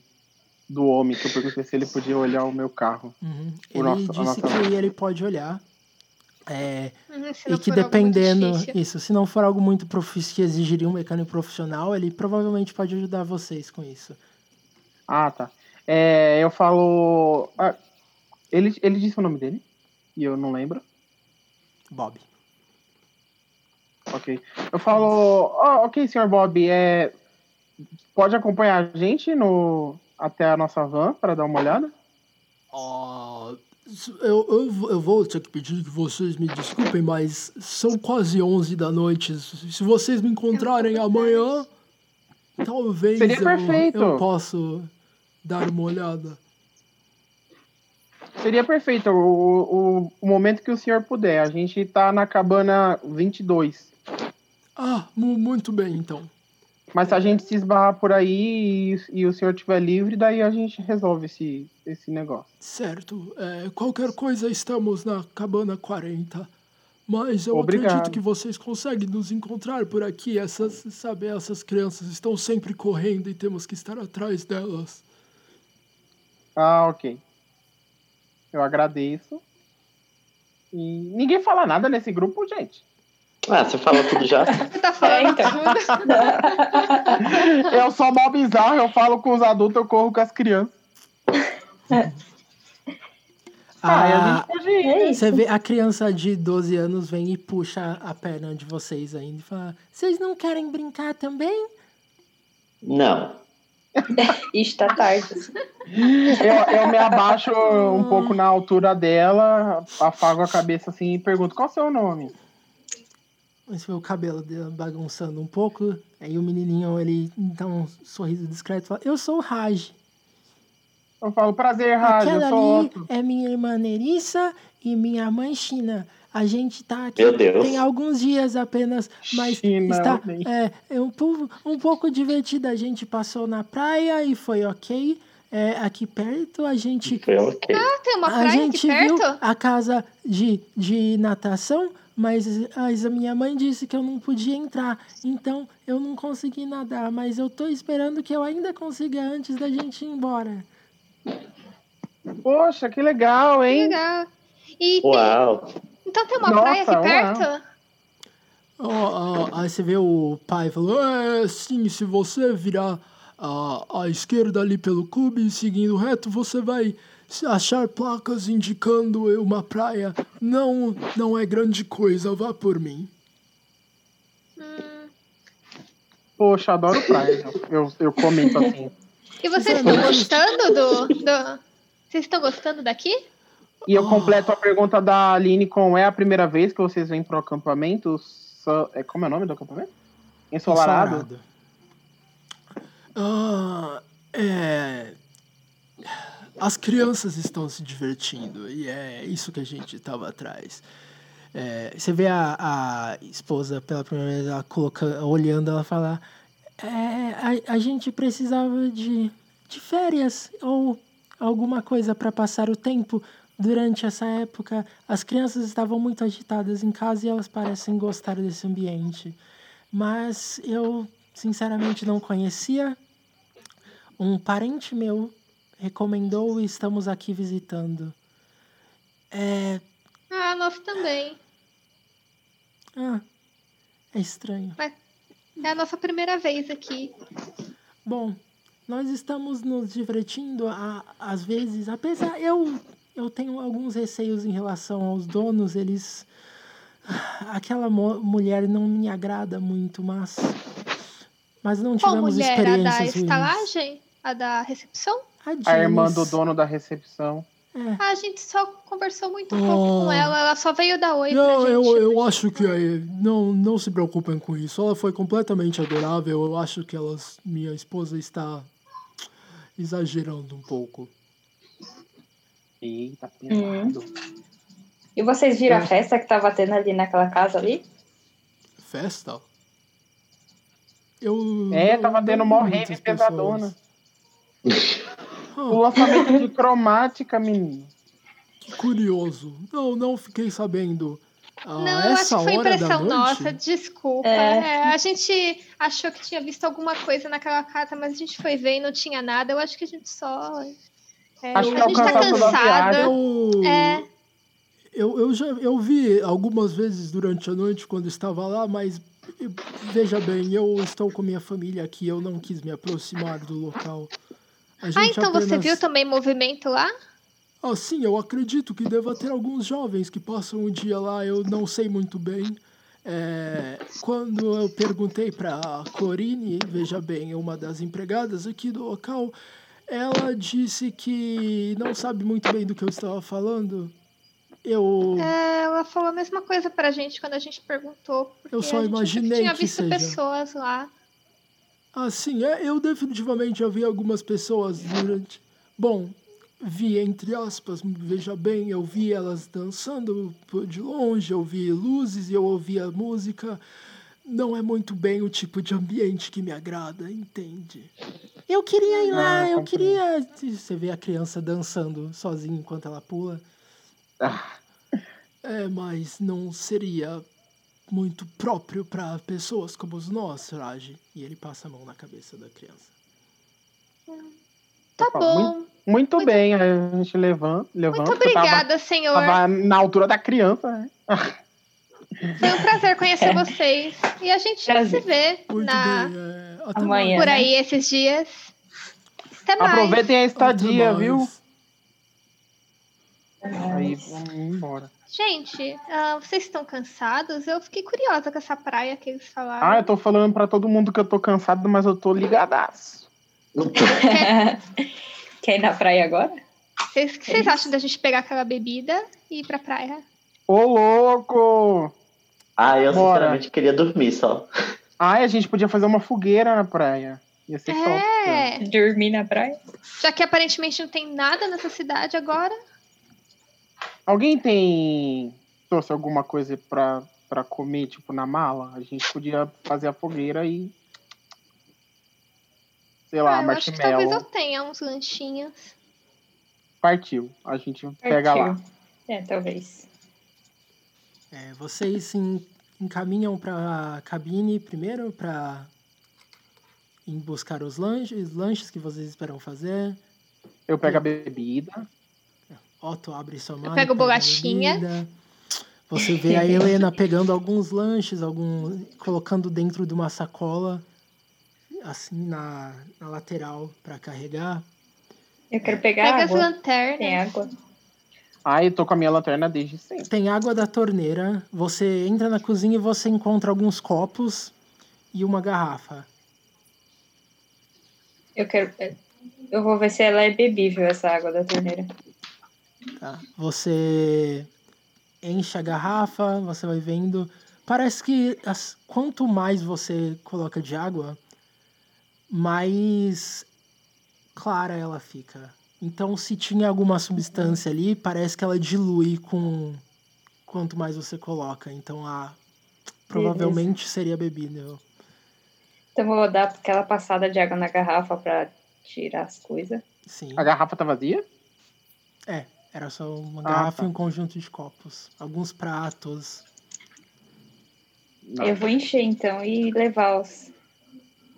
Speaker 1: do homem, que eu perguntei se ele podia olhar o meu carro.
Speaker 3: Uhum.
Speaker 1: O
Speaker 3: Ele
Speaker 1: nosso- a nossa-
Speaker 3: disse que ele pode olhar. É,
Speaker 2: Uhum, se
Speaker 3: e
Speaker 2: não
Speaker 3: que
Speaker 2: for algo muito
Speaker 3: dependendo.
Speaker 2: difícil.
Speaker 3: Isso, se não for algo muito profissional que exigiria um mecânico profissional, ele provavelmente pode ajudar vocês com isso.
Speaker 1: Ah, tá. É, eu falo. ah, ele, ele disse o nome dele? E eu não lembro.
Speaker 3: Bob.
Speaker 1: Ok. Eu falo. "Ah, ok, senhor Bob, é, pode acompanhar a gente no, até a nossa van para dar uma olhada?
Speaker 3: eu, eu, eu vou ter que pedir que vocês me desculpem, mas são quase 11 da noite. Se vocês me
Speaker 2: encontrarem amanhã,
Speaker 3: talvez
Speaker 1: Seria eu- perfeito. eu
Speaker 3: posso dar uma olhada.
Speaker 1: Seria perfeito o, o, o momento que o senhor puder. A gente tá na cabana 22.
Speaker 3: Ah, muito bem então.
Speaker 1: Mas se a gente se esbarrar por aí e, e o senhor estiver livre, daí a gente resolve esse, esse negócio.
Speaker 8: Certo. É, qualquer coisa, estamos na cabana 40. Mas eu
Speaker 1: Obrigado.
Speaker 8: acredito que vocês conseguem nos encontrar por aqui. Essas, sabe, essas crianças estão sempre correndo e temos que estar atrás delas.
Speaker 1: Ah, ok. Eu agradeço. E ninguém fala nada nesse grupo, gente.
Speaker 4: Ah, você fala tudo já?
Speaker 2: Você tá falando
Speaker 5: É, então.
Speaker 2: tudo.
Speaker 1: Eu sou mal bizarro, eu falo com os adultos, eu corro com as crianças. Ah, e a
Speaker 3: A,
Speaker 1: gente pode ir.
Speaker 9: É isso.
Speaker 3: você vê, a criança de 12 anos vem e puxa a perna de vocês ainda e fala: Vocês não querem brincar também?
Speaker 4: Não.
Speaker 5: Ixi, tá tarde.
Speaker 1: Eu, eu me abaixo um pouco na altura dela, afago a cabeça assim e pergunto: qual é o seu nome?
Speaker 3: Você vê o cabelo dela bagunçando um pouco. Aí o menininho ele dá um sorriso discreto e fala: Eu sou o Raj.
Speaker 1: Eu falo: prazer, Raj, eu
Speaker 3: Aquela
Speaker 1: sou
Speaker 3: ali
Speaker 1: Otto.
Speaker 3: é minha irmã Nerissa e minha mãe China. A gente tá aqui
Speaker 4: Meu Deus.
Speaker 3: tem alguns dias apenas, mas
Speaker 1: China,
Speaker 3: está
Speaker 1: eu nem-
Speaker 3: é, é um, pouco, um pouco divertido. A gente passou na praia e foi ok. É, aqui perto a gente,
Speaker 4: Foi ok.
Speaker 2: Ah, tem uma
Speaker 3: a
Speaker 2: praia
Speaker 3: gente
Speaker 2: aqui
Speaker 3: viu
Speaker 2: perto?
Speaker 3: a casa de, de natação, mas mas a minha mãe disse que eu não podia entrar. Então eu não consegui nadar, mas eu tô esperando que eu ainda consiga antes da gente ir embora.
Speaker 1: Poxa, que legal, hein?
Speaker 2: Legal. E tem...
Speaker 4: Uau.
Speaker 2: Então tem uma
Speaker 1: Nossa,
Speaker 2: praia aqui
Speaker 1: uau.
Speaker 2: perto?
Speaker 8: Ó, ó, aí você vê o pai falando: É, sim, se você virar à, à esquerda ali pelo clube e seguindo reto, você vai se achar placas indicando uma praia. Não, não é grande coisa, vá por mim.
Speaker 1: Poxa, adoro praia. Eu- Eu, eu comento assim.
Speaker 2: E vocês estão gostando do, do... Vocês estão gostando daqui?
Speaker 1: E eu completo a pergunta da Aline com: é a primeira vez que vocês vêm pro acampamento? Sa- é, como é o nome do acampamento? Ensolarado?
Speaker 8: Ensolarado. Ah, é. As crianças estão se divertindo e é isso que a gente estava atrás.
Speaker 3: É, você vê a, a esposa pela primeira vez ela coloca, olhando ela falar: "É, a, a gente precisava de, de férias ou alguma coisa para passar o tempo. Durante essa época, as crianças estavam muito agitadas em casa e elas parecem gostar desse ambiente. Mas eu, sinceramente, não conhecia. Um parente meu recomendou e estamos aqui visitando.
Speaker 2: Ah, nós também.
Speaker 3: Ah, é estranho.
Speaker 2: É a nossa primeira vez aqui.
Speaker 3: Bom, nós estamos nos divertindo a- às vezes, apesar eu eu tenho alguns receios em relação aos donos, eles aquela mo- mulher não me agrada muito, mas mas não
Speaker 2: Qual
Speaker 3: tivemos
Speaker 2: mulher? A
Speaker 3: experiências
Speaker 2: da
Speaker 3: ruins.
Speaker 2: estalagem? A da recepção?
Speaker 1: A irmã do
Speaker 3: Janice.
Speaker 1: dono da recepção.
Speaker 2: Ah, a gente só conversou muito
Speaker 8: Oh.
Speaker 2: pouco com ela. Ela só veio dar oi pra
Speaker 8: Não,
Speaker 2: gente.
Speaker 8: eu, eu acho que é, não, não se preocupem com isso. Ela foi completamente adorável. Eu acho que elas, minha esposa está exagerando um pouco.
Speaker 1: Eita,
Speaker 2: Hum.
Speaker 1: pesado.
Speaker 5: E vocês viram a festa que tava tendo ali naquela casa ali?
Speaker 8: Festa? Eu.
Speaker 1: É,
Speaker 8: não-
Speaker 1: tava
Speaker 8: não
Speaker 1: tendo
Speaker 8: vi
Speaker 1: mó
Speaker 8: muitas
Speaker 1: rave pesadona.
Speaker 8: pessoas.
Speaker 1: O lançamento de cromática, menino.
Speaker 8: Que curioso. Não, não fiquei sabendo. A
Speaker 2: Não, eu acho
Speaker 8: Ah, essa
Speaker 2: que foi
Speaker 8: hora da
Speaker 2: impressão
Speaker 8: noite,
Speaker 2: nossa, desculpa.
Speaker 5: É.
Speaker 2: É, a gente achou que tinha visto alguma coisa naquela casa, mas a gente foi ver e não tinha nada. Eu acho que a gente só. é,
Speaker 1: Acho
Speaker 2: a
Speaker 1: que é o
Speaker 2: gente tá
Speaker 1: cansaço da
Speaker 2: cansada.
Speaker 1: viagem.
Speaker 8: Eu,
Speaker 2: É.
Speaker 8: eu, eu já eu vi algumas vezes durante a noite quando estava lá, mas eh, veja bem, eu estou com minha família aqui, eu não quis me aproximar do local. A
Speaker 2: Ah,
Speaker 8: gente
Speaker 2: então você
Speaker 8: apenas-
Speaker 2: viu também movimento lá?
Speaker 8: Ah, sim, eu acredito que deva ter alguns jovens que passam o dia lá, eu não sei muito bem. É, quando eu perguntei para Corine, veja bem, uma das empregadas aqui do local, ela disse que não sabe muito bem do que eu estava falando. Eu,
Speaker 2: É, ela falou a mesma coisa pra gente quando a gente perguntou. porque
Speaker 8: eu só
Speaker 2: a gente achou que
Speaker 8: imaginei
Speaker 2: tinha
Speaker 8: que
Speaker 2: visto
Speaker 8: seja.
Speaker 2: pessoas lá.
Speaker 8: Ah, sim, é, eu definitivamente já vi algumas pessoas durante. Bom, vi entre aspas, veja bem, eu vi elas dançando por de longe, eu vi luzes, eu ouvia música. não é muito bem o tipo de ambiente que me agrada, entende?
Speaker 3: Eu queria ir lá,
Speaker 1: Ah,
Speaker 3: eu
Speaker 1: compreendo.
Speaker 3: queria. Você vê a criança dançando sozinha enquanto ela pula.
Speaker 8: É, mas não seria muito próprio pra pessoas como os nós, Raj. E ele passa a mão na cabeça da criança.
Speaker 1: Eu
Speaker 2: Tá
Speaker 1: falo,
Speaker 2: bom.
Speaker 1: Muito, bem, aí a gente levanta. levanta
Speaker 2: Muito
Speaker 1: tava,
Speaker 2: obrigada, senhor.
Speaker 1: tava na altura da criança, né?
Speaker 2: Foi um prazer conhecer vocês. E a gente
Speaker 5: Prazer.
Speaker 2: se vê
Speaker 8: Muito
Speaker 2: na...
Speaker 8: bem. É, até
Speaker 5: Amanhã.
Speaker 2: por
Speaker 5: né?
Speaker 2: aí esses dias. Até mais.
Speaker 1: Aproveitem a
Speaker 8: mais, até
Speaker 1: estadia,
Speaker 8: mais.
Speaker 1: Tá viu? Aí vamos embora.
Speaker 2: Gente, ah, vocês estão cansados? Eu fiquei curiosa com essa praia que eles falaram.
Speaker 1: Ah, eu tô falando pra todo mundo que eu tô cansado, mas eu tô ligadaço.
Speaker 5: Quer ir na praia agora?
Speaker 1: Ah, é
Speaker 2: Vocês, o que vocês acham da gente pegar aquela bebida e ir pra praia?
Speaker 1: Ô, louco!
Speaker 4: Ah, eu
Speaker 1: Bora.
Speaker 4: sinceramente queria dormir só.
Speaker 1: Ai, a gente podia fazer uma fogueira na praia. Ia ser top.
Speaker 2: É,
Speaker 5: Dormir na praia?
Speaker 2: já que aparentemente não tem nada nessa cidade agora.
Speaker 1: Alguém tem. trouxe alguma coisa pra, pra comer, tipo, na mala? A gente podia fazer a fogueira e. Sei lá,
Speaker 2: ah, eu acho que talvez
Speaker 1: marshmallow.
Speaker 2: eu tenha uns lanchinhos.
Speaker 1: Partiu. A gente pega lá.
Speaker 5: Partiu. É, talvez.
Speaker 3: É, vocês se en- encaminham pra cabine primeiro pra ir buscar os lanches, lanches que vocês esperam fazer.
Speaker 1: Eu pego a bebida.
Speaker 3: Otto abre sua mala.
Speaker 2: pego
Speaker 3: pega a
Speaker 2: bolachinha.
Speaker 3: bebida. Você vê a Helena pegando alguns lanches, algum, colocando dentro de uma sacola, assim na, na lateral pra carregar.
Speaker 5: Eu quero pegar
Speaker 2: Pega as
Speaker 5: água. Tem
Speaker 2: lanternas.
Speaker 5: água.
Speaker 1: Ai, eu tô com a minha lanterna desde sempre.
Speaker 3: Tem água da torneira. Você entra na cozinha e você encontra alguns copos e uma garrafa.
Speaker 5: Eu quero. é, Eu vou ver se ela é bebível, essa água da torneira.
Speaker 3: Tá? Você enche a garrafa, você vai vendo. Parece que as- quanto mais você coloca de água, mais clara ela fica. Então, se tinha alguma substância ali, parece que ela dilui com quanto mais você coloca. Então, a provavelmente seria bebível.
Speaker 5: Então eu vou dar aquela passada de água na garrafa pra tirar as coisas.
Speaker 3: Sim.
Speaker 1: A garrafa tá vazia?
Speaker 3: Era só uma
Speaker 1: Ah,
Speaker 3: garrafa
Speaker 1: tá.
Speaker 3: e um conjunto de copos. Alguns pratos.
Speaker 1: Não.
Speaker 5: Eu vou encher então e levar os.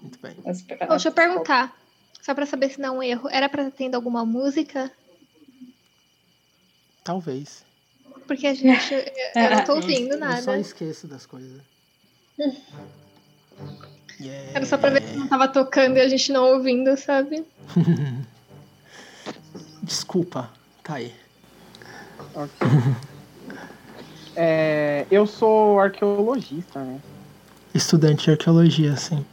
Speaker 3: Muito bem.
Speaker 5: os pra-
Speaker 2: Deixa eu perguntar, só pra saber se não é um erro. Era pra estar tendo alguma música?
Speaker 3: Talvez.
Speaker 2: Porque a gente. Eu, eu não tô ouvindo
Speaker 3: eu, Eu só
Speaker 2: nada.
Speaker 3: esqueço das coisas.
Speaker 2: Era só pra ver se não tava tocando e a gente não ouvindo, sabe?
Speaker 3: Desculpa. Tá aí.
Speaker 1: Ok. É, eu sou arqueologista, né?
Speaker 3: Estudante de arqueologia, sim.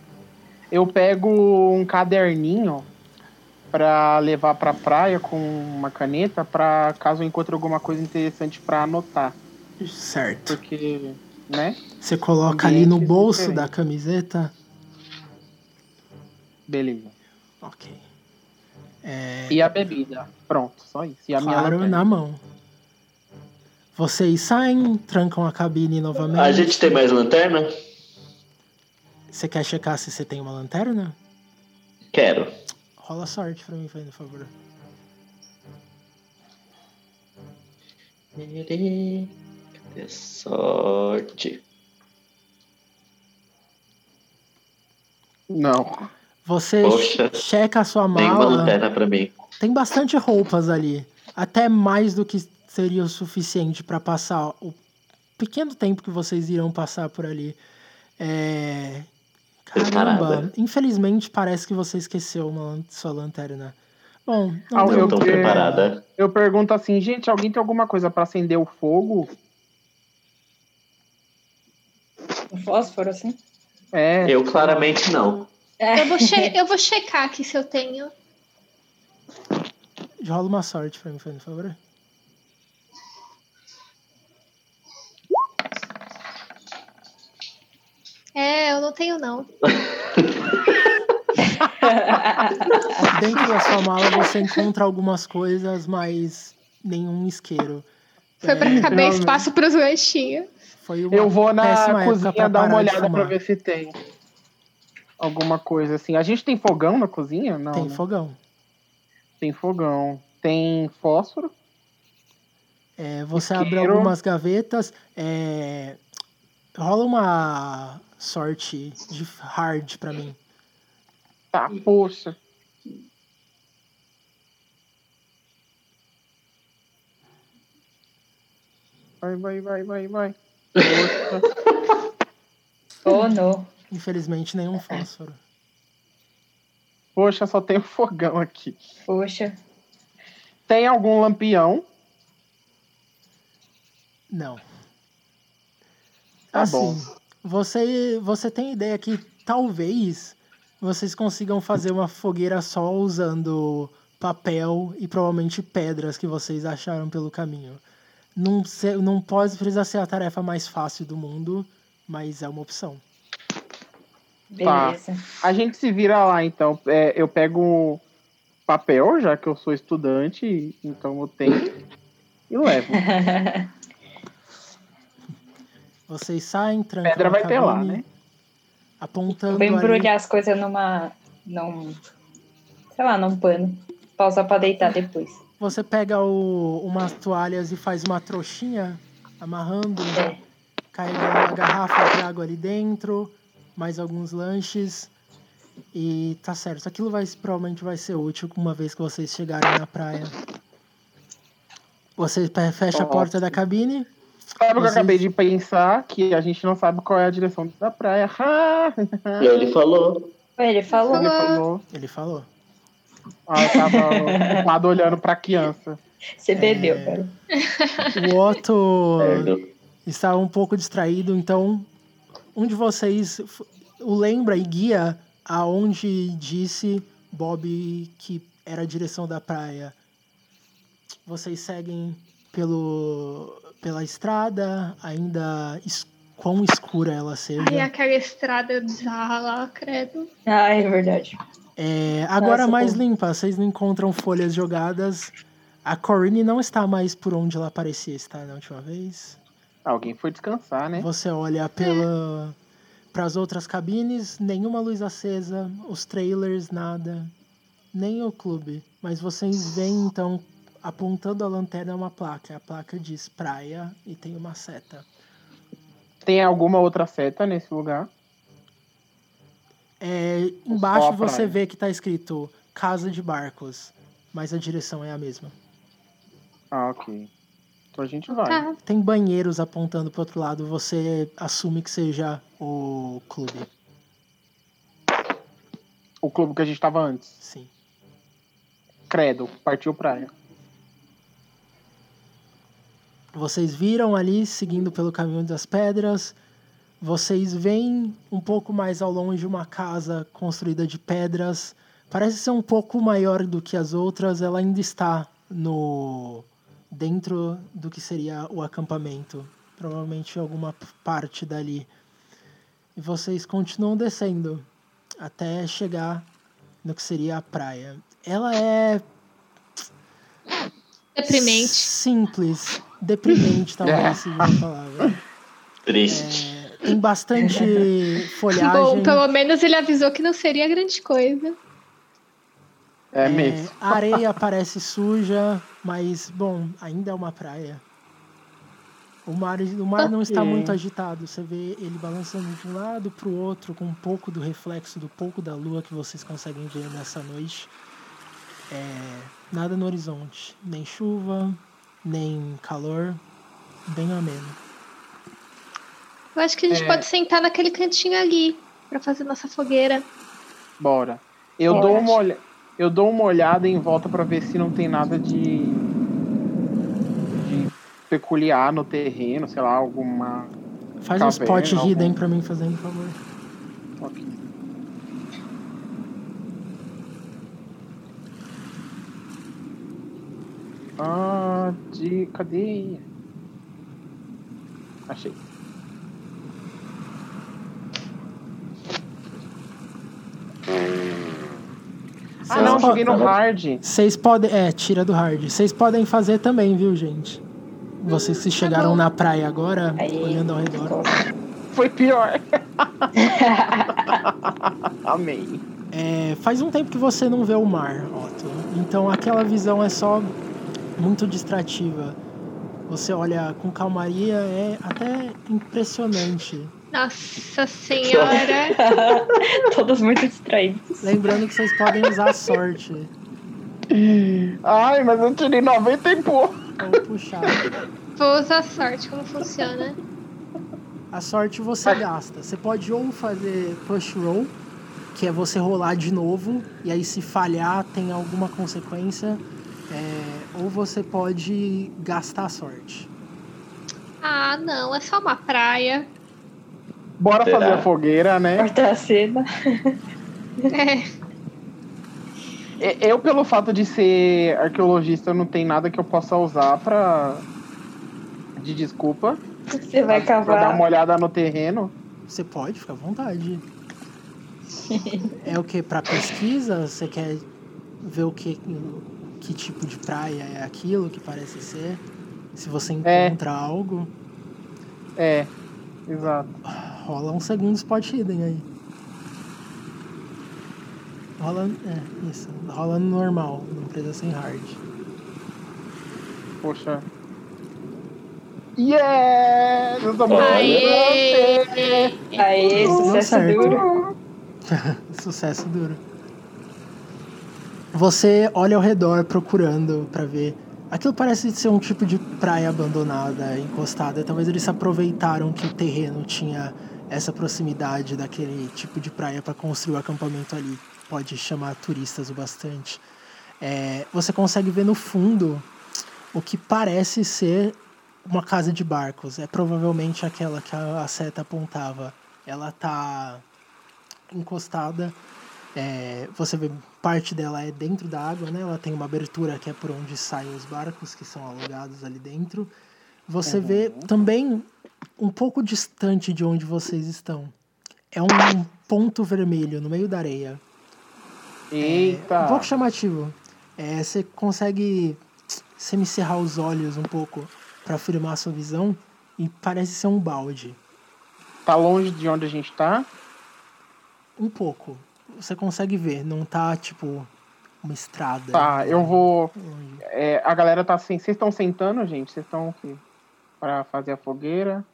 Speaker 1: Eu pego um caderninho pra levar pra praia com uma caneta pra caso eu encontre alguma coisa interessante pra anotar,
Speaker 3: Certo.
Speaker 1: porque, né?
Speaker 3: Você coloca ali no
Speaker 1: Ambientes
Speaker 3: bolso
Speaker 1: diferentes.
Speaker 3: da camiseta.
Speaker 1: Beleza.
Speaker 3: Ok.
Speaker 1: E a bebida. Pronto, só isso. E a minha
Speaker 3: É.
Speaker 4: é
Speaker 3: Claro,
Speaker 1: lanterna.
Speaker 3: na mão. Vocês saem, trancam a cabine novamente.
Speaker 4: A gente tem mais lanterna?
Speaker 3: Você quer checar se você tem uma lanterna?
Speaker 4: Quero.
Speaker 3: Rola sorte pra mim, fazendo favor.
Speaker 4: Cadê a sorte?
Speaker 1: Não.
Speaker 3: Você
Speaker 4: Poxa.
Speaker 3: checa a sua
Speaker 4: Tem uma
Speaker 3: mala.
Speaker 4: lanterna pra mim.
Speaker 3: Tem bastante roupas ali. Até mais do que seria o suficiente pra passar o pequeno tempo que vocês irão passar por ali. É. Caramba,
Speaker 4: Preparada.
Speaker 3: infelizmente parece que você esqueceu uma lan- sua lanterna. Bom, não
Speaker 1: Ah,
Speaker 3: tem-
Speaker 1: eu
Speaker 4: Não tão
Speaker 1: quero.
Speaker 4: preparada.
Speaker 1: Eu pergunto assim, gente, alguém tem alguma coisa pra acender o fogo?
Speaker 5: Um fósforo assim?
Speaker 1: É.
Speaker 4: Eu claramente não.
Speaker 2: Eu vou, che- eu vou checar aqui se eu tenho.
Speaker 3: rola uma sorte pra mim, por favor.
Speaker 2: É, eu não tenho, não.
Speaker 3: Dentro da sua mala você encontra algumas coisas, mas nenhum isqueiro.
Speaker 2: Foi
Speaker 1: É,
Speaker 2: pra caber
Speaker 1: Não,
Speaker 2: espaço pros lanchinhos.
Speaker 3: Foi uma
Speaker 1: Eu vou
Speaker 3: péssima
Speaker 1: na
Speaker 3: época pra
Speaker 1: cozinha dar
Speaker 3: parar
Speaker 1: uma
Speaker 3: de
Speaker 1: olhada pra
Speaker 3: fumar.
Speaker 1: ver se tem alguma coisa assim. A gente tem fogão na cozinha? Não.
Speaker 3: Tem
Speaker 1: né?
Speaker 3: fogão.
Speaker 1: Tem fogão. Tem fósforo?
Speaker 3: É, você abre
Speaker 1: Isqueiro.
Speaker 3: algumas gavetas, é, rola uma sorte de hard pra mim.
Speaker 1: Tá, poxa. Vai, vai, vai, vai, vai. Poxa.
Speaker 5: Oh, não.
Speaker 3: Infelizmente,
Speaker 1: É.
Speaker 3: nenhum fósforo.
Speaker 1: Poxa, só tem o fogão aqui.
Speaker 5: Poxa.
Speaker 1: Tem algum lampião?
Speaker 3: Não.
Speaker 1: Tá
Speaker 3: assim,
Speaker 1: bom.
Speaker 3: Você, você tem ideia que talvez vocês consigam fazer uma fogueira só usando papel e provavelmente pedras que vocês acharam pelo caminho. Não, se- não pode precisar ser a tarefa mais fácil do mundo, mas é uma opção.
Speaker 5: Beleza.
Speaker 1: A gente se vira lá, então. É, eu pego papel, já que eu sou estudante, então eu tenho. E levo.
Speaker 3: Vocês saem, trancam
Speaker 1: Pedra
Speaker 3: a
Speaker 1: vai ter lá,
Speaker 3: cabine,
Speaker 1: né?
Speaker 3: Apontando
Speaker 5: Vou
Speaker 3: ali,
Speaker 5: embrulhar as coisas numa. num. sei lá, num pano. Pra usar pra deitar depois.
Speaker 3: você pega o- umas toalhas e faz uma trouxinha amarrando,
Speaker 5: É.
Speaker 3: carregando a garrafa de água ali dentro, mais alguns lanches. E tá certo, aquilo vai, provavelmente vai ser útil uma vez que vocês chegarem na praia. Você pe- fecha a
Speaker 1: Ó.
Speaker 3: porta da cabine.
Speaker 1: Sabe o que eu
Speaker 3: Vocês-
Speaker 1: acabei de pensar? Que a gente não sabe qual é a direção da praia. Ah,
Speaker 4: E ele falou.
Speaker 5: Ué, Ele falou.
Speaker 1: Ele falou.
Speaker 3: Ele falou.
Speaker 1: Ah, eu tava ocupado olhando pra criança.
Speaker 5: Você bebeu,
Speaker 3: É.
Speaker 5: cara.
Speaker 3: O Otto
Speaker 1: É,
Speaker 4: Certo.
Speaker 3: estava um pouco distraído, então um de vocês f- o lembra e guia aonde disse Bob que era a direção da praia. Vocês seguem pelo pela estrada, ainda es, quão escura ela seja.
Speaker 2: Ai, é aquela estrada bizarra lá, credo.
Speaker 5: Ah, é verdade.
Speaker 3: É, agora
Speaker 5: Nossa,
Speaker 3: mais
Speaker 5: pô.
Speaker 3: limpa, vocês não encontram folhas jogadas. A Corinne não está mais por onde ela parecia estar na última vez.
Speaker 1: Alguém foi descansar, né?
Speaker 3: Você olha pela para as outras cabines, nenhuma luz acesa, os trailers nada, nem o clube. Mas vocês veem então apontando a lanterna uma placa. A placa diz praia e tem uma seta.
Speaker 1: Tem alguma outra seta nesse lugar?
Speaker 3: É, embaixo
Speaker 1: praia.
Speaker 3: você vê que tá escrito casa de barcos, mas a direção é a mesma.
Speaker 1: Ah, ok. Então a gente vai.
Speaker 2: Tá.
Speaker 3: Tem banheiros apontando pro outro lado, você assume que seja o clube.
Speaker 1: O clube que a gente tava antes.
Speaker 3: Sim.
Speaker 1: Credo, partiu praia.
Speaker 3: Vocês viram ali, seguindo pelo caminho das pedras. Vocês veem um pouco mais ao longe uma casa construída de pedras. Parece ser um pouco maior do que as outras. Ela ainda está no dentro do que seria o acampamento, provavelmente alguma p- parte dali. E vocês continuam descendo até chegar no que seria a praia. Ela é
Speaker 2: Deprimente.
Speaker 3: Simples. Deprimente, talvez seja a palavra.
Speaker 4: Triste.
Speaker 3: Tem bastante folhagem.
Speaker 2: Bom, pelo menos ele avisou que não seria grande coisa.
Speaker 1: É,
Speaker 3: É,
Speaker 1: mesmo.
Speaker 3: a areia parece suja, mas, bom, ainda é uma praia. O mar, o mar não está
Speaker 1: Ok.
Speaker 3: muito agitado. Você vê ele balançando de um lado para o outro, com um pouco do reflexo do pouco da lua que vocês conseguem ver nessa noite. É, nada no horizonte. Nem chuva, nem calor. Bem ameno.
Speaker 2: Eu acho que a gente
Speaker 1: É.
Speaker 2: pode sentar naquele cantinho ali pra fazer nossa fogueira.
Speaker 1: Bora. Eu
Speaker 5: Bora.
Speaker 1: dou, uma olha... eu dou uma olhada em volta pra ver se não tem nada de... de peculiar no terreno, sei lá, alguma.
Speaker 3: Faz um
Speaker 1: Caverna,
Speaker 3: spot
Speaker 1: algum-
Speaker 3: hidden pra mim fazendo, por favor.
Speaker 1: Ah, de. Cadê? Achei. Ah, não,
Speaker 3: Vocês
Speaker 1: joguei no
Speaker 4: podem-
Speaker 1: hard.
Speaker 3: Vocês podem. É, tira do hard. Vocês podem fazer também, viu, gente? Vocês se chegaram na praia agora,
Speaker 5: Aí. tá
Speaker 3: olhando ao redor.
Speaker 1: Foi pior. Amei.
Speaker 3: É, faz um tempo que você não vê o mar, Otto. Então aquela visão é só muito distrativa. Você olha com calmaria, é até impressionante.
Speaker 2: Nossa senhora.
Speaker 5: Todos muito distraídos.
Speaker 3: Lembrando que vocês podem usar a sorte.
Speaker 1: Ai, mas eu tirei 90 e pouco.
Speaker 3: Então, puxar.
Speaker 2: Vou usar sorte, como funciona.
Speaker 3: A sorte você gasta. Você pode ou fazer push roll, que é você rolar de novo, e aí se falhar tem alguma consequência. é, ou você pode gastar a sorte.
Speaker 2: Ah, não, é só uma praia.
Speaker 1: Bora
Speaker 4: Será?
Speaker 1: fazer a fogueira, né?
Speaker 5: Corta a cena.
Speaker 2: É,
Speaker 1: E- É, Eu, pelo fato de ser arqueologista, não tem nada que eu possa usar pra. de desculpa.
Speaker 5: Você vai
Speaker 1: Pra dar
Speaker 5: cavar.
Speaker 1: uma olhada no terreno.
Speaker 3: Você pode, fica à vontade. é o que? Pra pesquisa? Você quer ver o que, que tipo de praia é aquilo que parece ser? Se você
Speaker 1: É.
Speaker 3: encontra algo,
Speaker 1: É, exato.
Speaker 3: rola um segundo spot hidden aí. Rola. É, isso. Rola no normal, não precisa ser em hard.
Speaker 1: Poxa. Yeah! Eu tô muito
Speaker 2: Aê!
Speaker 5: Aí, sucesso
Speaker 3: certo.
Speaker 5: duro.
Speaker 3: Sucesso duro. Você olha ao redor procurando pra ver. Aquilo parece ser um tipo de praia abandonada, encostada. Talvez eles aproveitaram que o terreno tinha essa proximidade daquele tipo de praia pra construir o acampamento ali. Pode chamar turistas o bastante. É, você consegue ver no fundo o que parece ser uma casa de barcos. É provavelmente aquela que a a seta apontava. Ela tá encostada. é, você vê parte dela é dentro da água, né? Ela tem uma abertura que é por onde saem os barcos que são alugados ali dentro. Você vê também um pouco distante de onde vocês estão. É um ponto vermelho no meio da areia. Um
Speaker 1: Eita!
Speaker 3: pouco chamativo. É, você consegue semicerrar os olhos um pouco para afirmar a sua visão e parece ser um balde.
Speaker 1: Tá longe de onde a gente tá?
Speaker 3: Um pouco. Você consegue ver, não tá tipo uma estrada.
Speaker 1: Tá, eu vou.
Speaker 3: Longe.
Speaker 1: é, a galera tá assim. Vocês estão sentando, gente? Vocês estão o quê? Pra fazer a fogueira?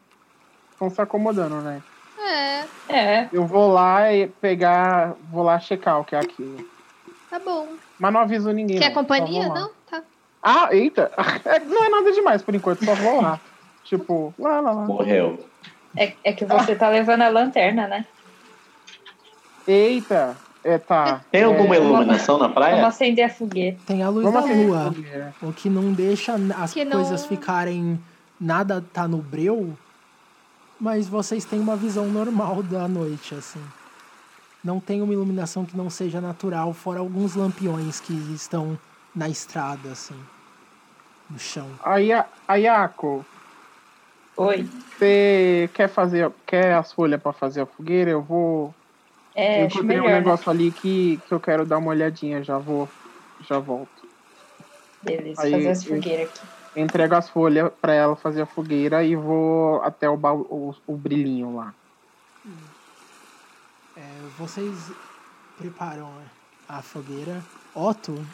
Speaker 1: Estão se acomodando, né?
Speaker 2: é,
Speaker 5: É,
Speaker 1: Eu vou lá e pegar. Vou lá checar o que é aquilo.
Speaker 2: tá bom.
Speaker 1: Mas não aviso ninguém.
Speaker 2: Quer
Speaker 1: não, só
Speaker 2: companhia?
Speaker 1: vou lá.
Speaker 2: Não? Tá.
Speaker 1: Ah, eita! Não é nada demais por enquanto, só vou lá. tipo, lá, lá, lá.
Speaker 4: Morreu.
Speaker 5: é, é que você tá levando a lanterna, né?
Speaker 1: Eita! É, tá.
Speaker 4: Tem alguma
Speaker 1: é,
Speaker 4: iluminação na
Speaker 5: Vamos
Speaker 4: praia?
Speaker 5: acender a fogueira.
Speaker 3: Tem a luz
Speaker 1: Vamos
Speaker 3: da
Speaker 1: acender
Speaker 3: lua,
Speaker 1: a fogueira.
Speaker 3: o que não deixa as
Speaker 2: Que não-
Speaker 3: coisas ficarem. Nada tá no breu, mas vocês têm uma visão normal da noite, assim. Não tem uma iluminação que não seja natural, fora alguns lampiões que estão na estrada, assim. No chão.
Speaker 1: Aí, a- a Yako,
Speaker 5: Oi.
Speaker 1: você quer fazer. Quer as folhas pra fazer a fogueira? Eu vou.
Speaker 5: É,
Speaker 1: eu
Speaker 5: acho
Speaker 1: encontrei um
Speaker 5: melhor. né?
Speaker 1: negócio ali que, que eu quero dar uma olhadinha, já vou. Já volto.
Speaker 5: Beleza,
Speaker 1: Aí,
Speaker 5: fazer as
Speaker 1: eu-
Speaker 5: fogueiras aqui.
Speaker 1: Entrego as folhas pra ela fazer a fogueira e vou até o, baú- o, o brilhinho lá.
Speaker 3: É, vocês preparam a fogueira. Otto,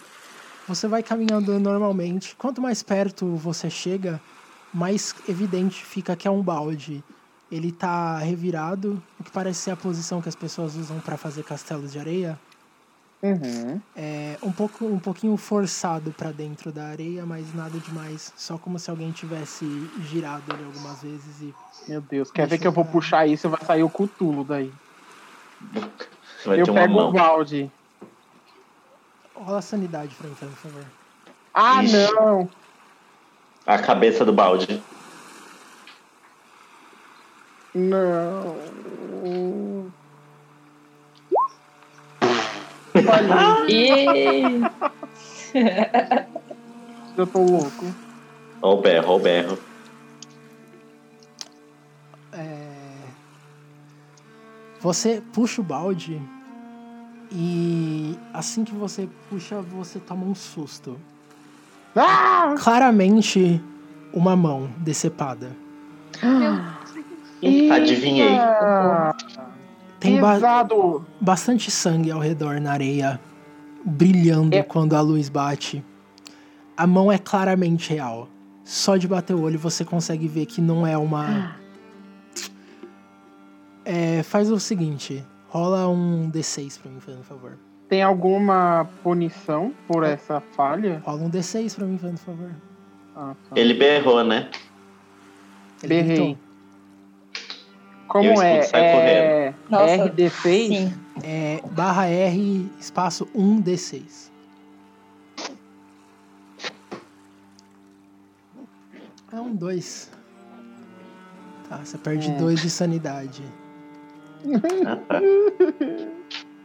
Speaker 3: você vai caminhando normalmente. Quanto mais perto você chega, mais evidente fica que é um balde. Ele tá revirado, o que parece ser a posição que as pessoas usam para fazer castelos de areia.
Speaker 1: Uhum.
Speaker 3: É um pouco um pouquinho forçado para dentro da areia, mas nada demais, só como se alguém tivesse girado ele algumas vezes e
Speaker 1: Meu Deus, quer
Speaker 3: Deixa
Speaker 1: ver que eu vou
Speaker 3: eu-
Speaker 1: puxar isso e vai sair o cutulo daí.
Speaker 4: Vai ter
Speaker 1: eu
Speaker 4: uma
Speaker 1: pego o
Speaker 4: mão.
Speaker 1: balde.
Speaker 3: rola a sanidade para mim, por favor.
Speaker 1: Ah,
Speaker 4: Ixi.
Speaker 1: não!
Speaker 4: A cabeça do balde.
Speaker 1: Não!
Speaker 5: E
Speaker 1: Eu tô louco.
Speaker 4: Ó o berro, ó o berro.
Speaker 3: Você puxa o balde e assim que você puxa, você toma um susto.
Speaker 1: Ah!
Speaker 3: Claramente, uma mão decepada.
Speaker 4: Ih, Adivinhei.
Speaker 3: Tem ba-
Speaker 1: Pesado.
Speaker 3: bastante sangue ao redor na areia, brilhando quando a luz bate. A mão é claramente real. Só de bater o olho você consegue ver que não é uma. É, faz o seguinte: rola um D6 pra mim, fazendo favor.
Speaker 1: Tem alguma punição por essa falha?
Speaker 3: Rola um D6 pra mim, fazendo favor.
Speaker 1: Ah, tá.
Speaker 4: Ele berrou, né?
Speaker 3: Ele
Speaker 1: Berrei.
Speaker 3: gritou.
Speaker 1: Como
Speaker 4: Eu escuto,
Speaker 1: é?
Speaker 4: sai
Speaker 1: é
Speaker 5: Nossa,
Speaker 1: RD6?
Speaker 5: Sim.
Speaker 3: É, barra R, espaço 1D6. É um 2. Tá, você perde
Speaker 1: É.
Speaker 3: 2 de sanidade.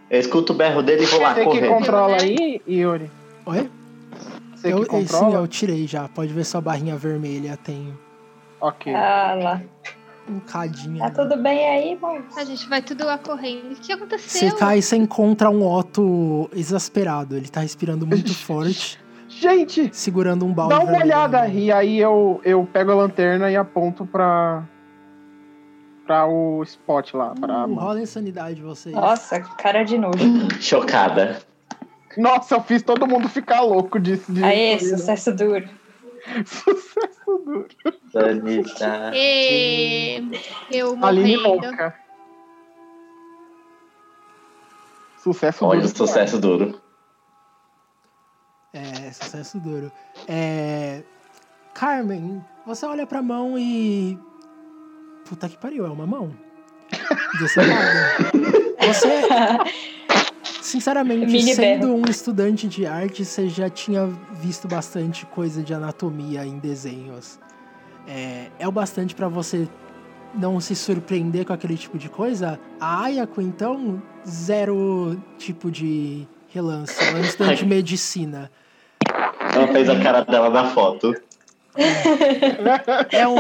Speaker 4: Eu escuto o berro dele e vou lá
Speaker 1: Você que
Speaker 4: correr.
Speaker 1: controla aí, Yuri?
Speaker 3: Oi?
Speaker 1: Você
Speaker 3: eu,
Speaker 1: que
Speaker 3: eh, sim,
Speaker 1: controla?
Speaker 3: eu tirei já. Pode ver sua barrinha vermelha. Tem
Speaker 1: Ok.
Speaker 5: Ah lá.
Speaker 3: um cadinho.
Speaker 5: Tá tudo bem aí, moço?
Speaker 2: A gente vai tudo lá correndo. O que aconteceu?
Speaker 3: Você
Speaker 1: tá-
Speaker 3: cai e você encontra um Otto exasperado. Ele tá respirando muito forte,
Speaker 1: Gente,
Speaker 3: segurando um balde
Speaker 1: dá uma
Speaker 3: vermelho na
Speaker 1: olhada.
Speaker 3: mão.
Speaker 1: E aí eu, eu pego a lanterna e aponto pra. pra o spot lá. Pra...
Speaker 3: Uh, rola insanidade vocês.
Speaker 5: Nossa, cara de nojo.
Speaker 4: Chocada.
Speaker 1: Nossa, eu fiz todo mundo ficar louco disso. De...
Speaker 5: Aê, sucesso duro.
Speaker 4: Sanidade.
Speaker 2: Ê, eu
Speaker 1: Aline
Speaker 2: morrendo.
Speaker 1: louca. Sucesso
Speaker 4: Olha o
Speaker 1: duro.
Speaker 4: sucesso duro.
Speaker 3: É, sucesso duro. É, Carmen, você olha pra mão e. Puta que pariu, é uma mão. Decepada. Você, sinceramente,
Speaker 5: Mini
Speaker 3: sendo
Speaker 5: berro.
Speaker 3: um estudante de arte, você já tinha visto bastante coisa de anatomia em desenhos. É, é o bastante pra você não se surpreender com aquele tipo de coisa. A Ayako, então, zero tipo de relance. Ela é um estudante de medicina.
Speaker 4: Ela fez a cara dela na foto.
Speaker 3: É, um-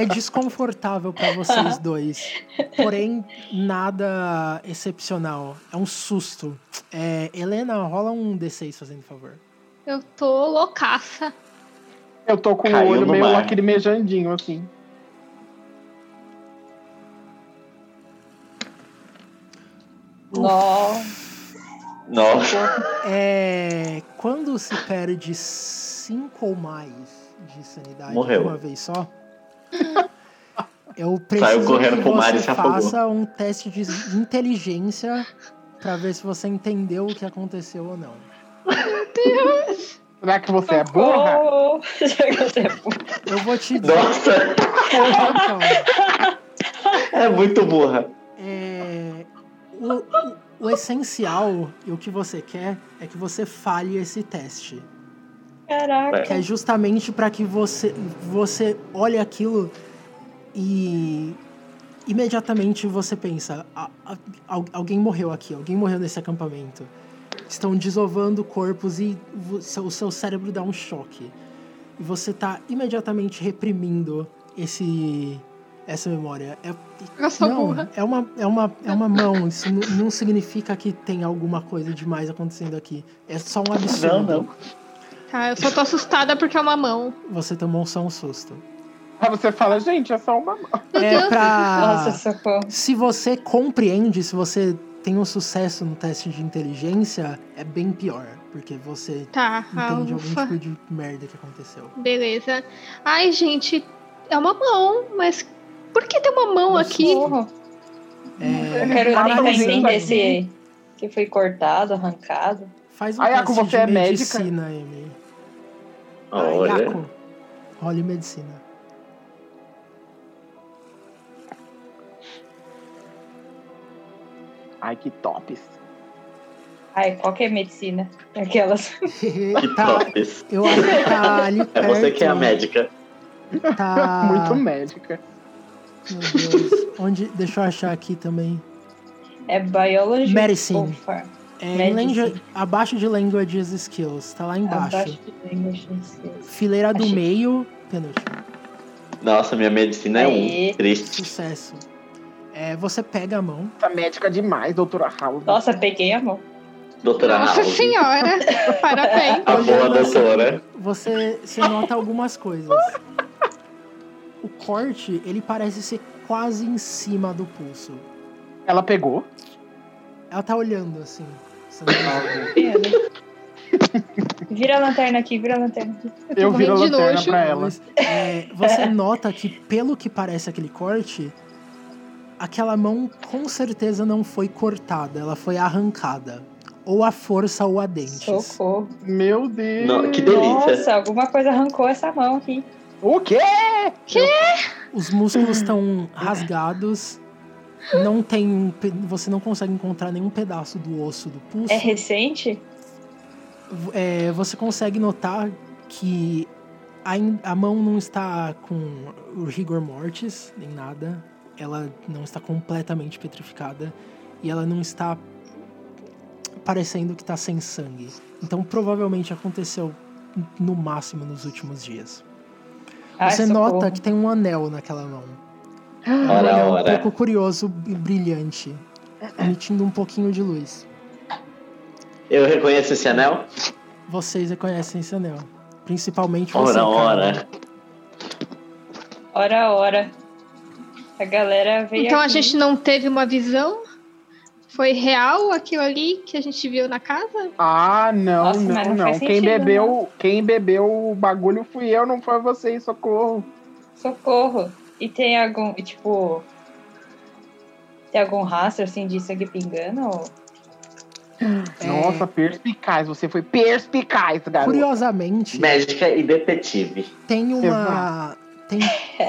Speaker 3: é desconfortável pra vocês dois. Porém, nada excepcional. É um susto. É, Helena, rola um D6 fazendo favor.
Speaker 2: Eu tô loucaça.
Speaker 1: Eu tô com
Speaker 4: Caiu
Speaker 1: o olho
Speaker 4: no
Speaker 1: meio
Speaker 4: mar.
Speaker 1: lacrimejandinho, assim.
Speaker 5: Nossa.
Speaker 4: Nossa.
Speaker 3: É, quando se perde cinco ou mais de sanidade
Speaker 4: Morreu.
Speaker 3: de uma vez só, eu preciso
Speaker 4: correndo
Speaker 3: que
Speaker 4: pro mar e
Speaker 3: você
Speaker 4: se afogou.
Speaker 3: faça um teste de inteligência pra ver se você entendeu o que aconteceu ou não.
Speaker 1: Será que você é burra?
Speaker 5: Oh, Joga tempo.
Speaker 3: Eu vou te dizer.
Speaker 4: Nossa.
Speaker 3: Então,
Speaker 4: É muito burra.
Speaker 3: é, o, o- o essencial e o que você quer é que você falhe esse teste. Que
Speaker 5: Caraca.
Speaker 3: é justamente para que você, você olhe aquilo e imediatamente você pensa: "A- a- al- alguém morreu aqui, alguém morreu nesse acampamento. Estão desovando corpos e vo- seu- o seu cérebro dá um choque. E você tá imediatamente reprimindo esse, essa memória. É
Speaker 2: Eu sou
Speaker 3: não,
Speaker 2: burra.
Speaker 3: É uma, é, uma, é uma mão. Isso nu- não significa que tem alguma coisa demais acontecendo aqui. É só um absurdo.
Speaker 2: Tá, eu só tô assustada porque é uma mão.
Speaker 3: Você tomou só um susto.
Speaker 1: Aí você fala, gente, é só uma.
Speaker 2: Meu
Speaker 3: é
Speaker 2: Deus.
Speaker 3: pra.
Speaker 1: Ah.
Speaker 5: Nossa, socorro.
Speaker 3: Se você compreende, se você tem um sucesso no teste de inteligência, é bem pior. Porque você
Speaker 2: Tá, ah,
Speaker 3: entende algum
Speaker 2: ufa.
Speaker 3: tipo de merda que aconteceu.
Speaker 2: Beleza. Ai, gente, é uma mão, mas por que tem uma mão aqui?
Speaker 5: Socorro.
Speaker 2: Hum.
Speaker 5: Eu
Speaker 3: É,
Speaker 5: quero tentar
Speaker 1: Parabéns,
Speaker 5: entender
Speaker 1: parabéns.
Speaker 5: se que foi cortado, arrancado.
Speaker 3: faz um
Speaker 1: Ayako,
Speaker 3: teste
Speaker 1: você
Speaker 3: de
Speaker 1: é médica?
Speaker 3: medicina, Emily.
Speaker 4: Olha.
Speaker 3: Ayako, role medicina.
Speaker 1: Ai, que tops.
Speaker 5: Ai, qual que é a medicina? Aquelas.
Speaker 4: Que
Speaker 3: tá,
Speaker 4: tops.
Speaker 3: eu acho que tá ali
Speaker 4: É
Speaker 3: perto.
Speaker 4: você que é a médica.
Speaker 3: Tá...
Speaker 1: Muito médica.
Speaker 3: Meu Deus. Onde, deixa eu achar aqui também.
Speaker 5: É biology.
Speaker 3: Medicine.
Speaker 5: ou farm?
Speaker 3: É, em
Speaker 5: Medicine.
Speaker 3: langua- abaixo de Languages Skills, tá lá embaixo.
Speaker 5: Abaixo de language skills.
Speaker 3: Fileira do
Speaker 5: Achei.
Speaker 3: meio, penúltimo.
Speaker 4: Nossa, minha medicina é
Speaker 5: Aê.
Speaker 4: um. Triste.
Speaker 3: Sucesso. É, você pega a mão.
Speaker 1: Tá médica demais, doutora House.
Speaker 5: Nossa, peguei a mão.
Speaker 4: Doutora
Speaker 2: Nossa
Speaker 4: House.
Speaker 2: senhora, parabéns.
Speaker 4: A boa
Speaker 3: Olhando assim.
Speaker 4: doutora.
Speaker 3: Você, você nota algumas coisas. o corte, ele parece ser quase em cima do pulso.
Speaker 1: Ela pegou.
Speaker 3: Ela tá olhando assim. sabe?
Speaker 5: Vira a lanterna aqui, vira a lanterna aqui.
Speaker 1: Eu
Speaker 2: morrendo
Speaker 1: viro a
Speaker 2: de
Speaker 1: lanterna
Speaker 2: nojo.
Speaker 1: pra ela.
Speaker 3: Mas, é, você nota que, pelo que parece aquele corte, aquela mão com certeza não foi cortada, ela foi arrancada. Ou a força ou a dentes.
Speaker 5: Socorro.
Speaker 1: Meu Deus.
Speaker 4: Não, que delícia.
Speaker 5: Nossa, alguma coisa arrancou essa mão aqui.
Speaker 1: O quê?
Speaker 3: Os músculos estão rasgados. Não tem. um pe- Você não consegue encontrar nenhum pedaço do osso do pulso.
Speaker 5: É recente?
Speaker 3: É, você consegue notar que ain- a mão não está com o rigor mortis, nem nada. Ela não está completamente petrificada. E ela não está parecendo que está sem sangue. Então provavelmente aconteceu no máximo nos últimos dias.
Speaker 5: Ai,
Speaker 3: você
Speaker 5: Ah, socorro.
Speaker 3: nota que tem um anel naquela mão. Um
Speaker 4: Ora,
Speaker 3: anel um
Speaker 4: ora.
Speaker 3: pouco curioso e brilhante. Emitindo um pouquinho de luz.
Speaker 4: Eu reconheço esse anel?
Speaker 3: Vocês reconhecem esse anel. Principalmente você.
Speaker 4: Ora,
Speaker 3: cara.
Speaker 4: ora.
Speaker 5: Ora, ora. A galera veio
Speaker 2: Então a
Speaker 5: aqui.
Speaker 2: gente não teve uma visão? Foi real aquilo ali que a gente viu na casa?
Speaker 1: Ah, não,
Speaker 5: Nossa, mas
Speaker 1: não, não.
Speaker 5: não faz
Speaker 1: Quem
Speaker 5: sentido,
Speaker 1: bebeu, quem bebeu o bagulho fui eu, não foi vocês, socorro.
Speaker 5: Socorro. E tem algum, e, tipo... Tem algum rastro, assim, de sangue pingando? Ou...
Speaker 3: É.
Speaker 1: Nossa, perspicaz, você foi perspicaz, garoto.
Speaker 3: Curiosamente,
Speaker 4: Médica e detetive.
Speaker 3: tem uma. Tem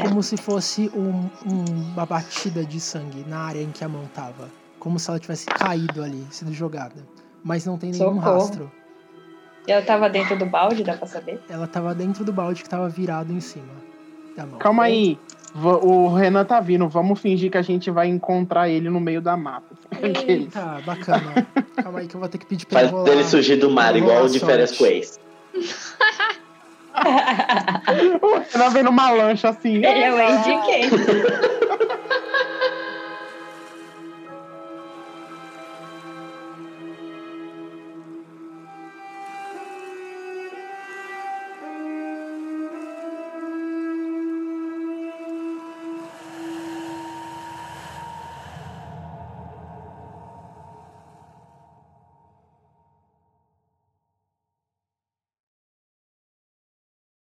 Speaker 3: como se fosse um- um- uma batida de sangue na área em que a mão tava. Como se ela tivesse caído ali, sido jogada. Mas não tem nenhum
Speaker 5: Socorro.
Speaker 3: rastro.
Speaker 5: E ela tava dentro do balde, dá pra saber?
Speaker 3: Ela tava dentro do balde que tava virado em cima da mão.
Speaker 1: Calma aí. va- O Renan tá vindo, vamos fingir que a gente vai encontrar ele no meio da mata. Aqueles.
Speaker 3: Eita, Tá, bacana. Calma aí que eu vou ter que pedir pra
Speaker 4: Faz
Speaker 3: ele rolar.
Speaker 4: ele surgir do mar,
Speaker 3: Vou
Speaker 4: igual
Speaker 3: rolar
Speaker 4: o de férias
Speaker 3: sorte.
Speaker 4: com ex.
Speaker 1: O Renan vem numa lancha assim.
Speaker 5: Ele é o Andy Kane.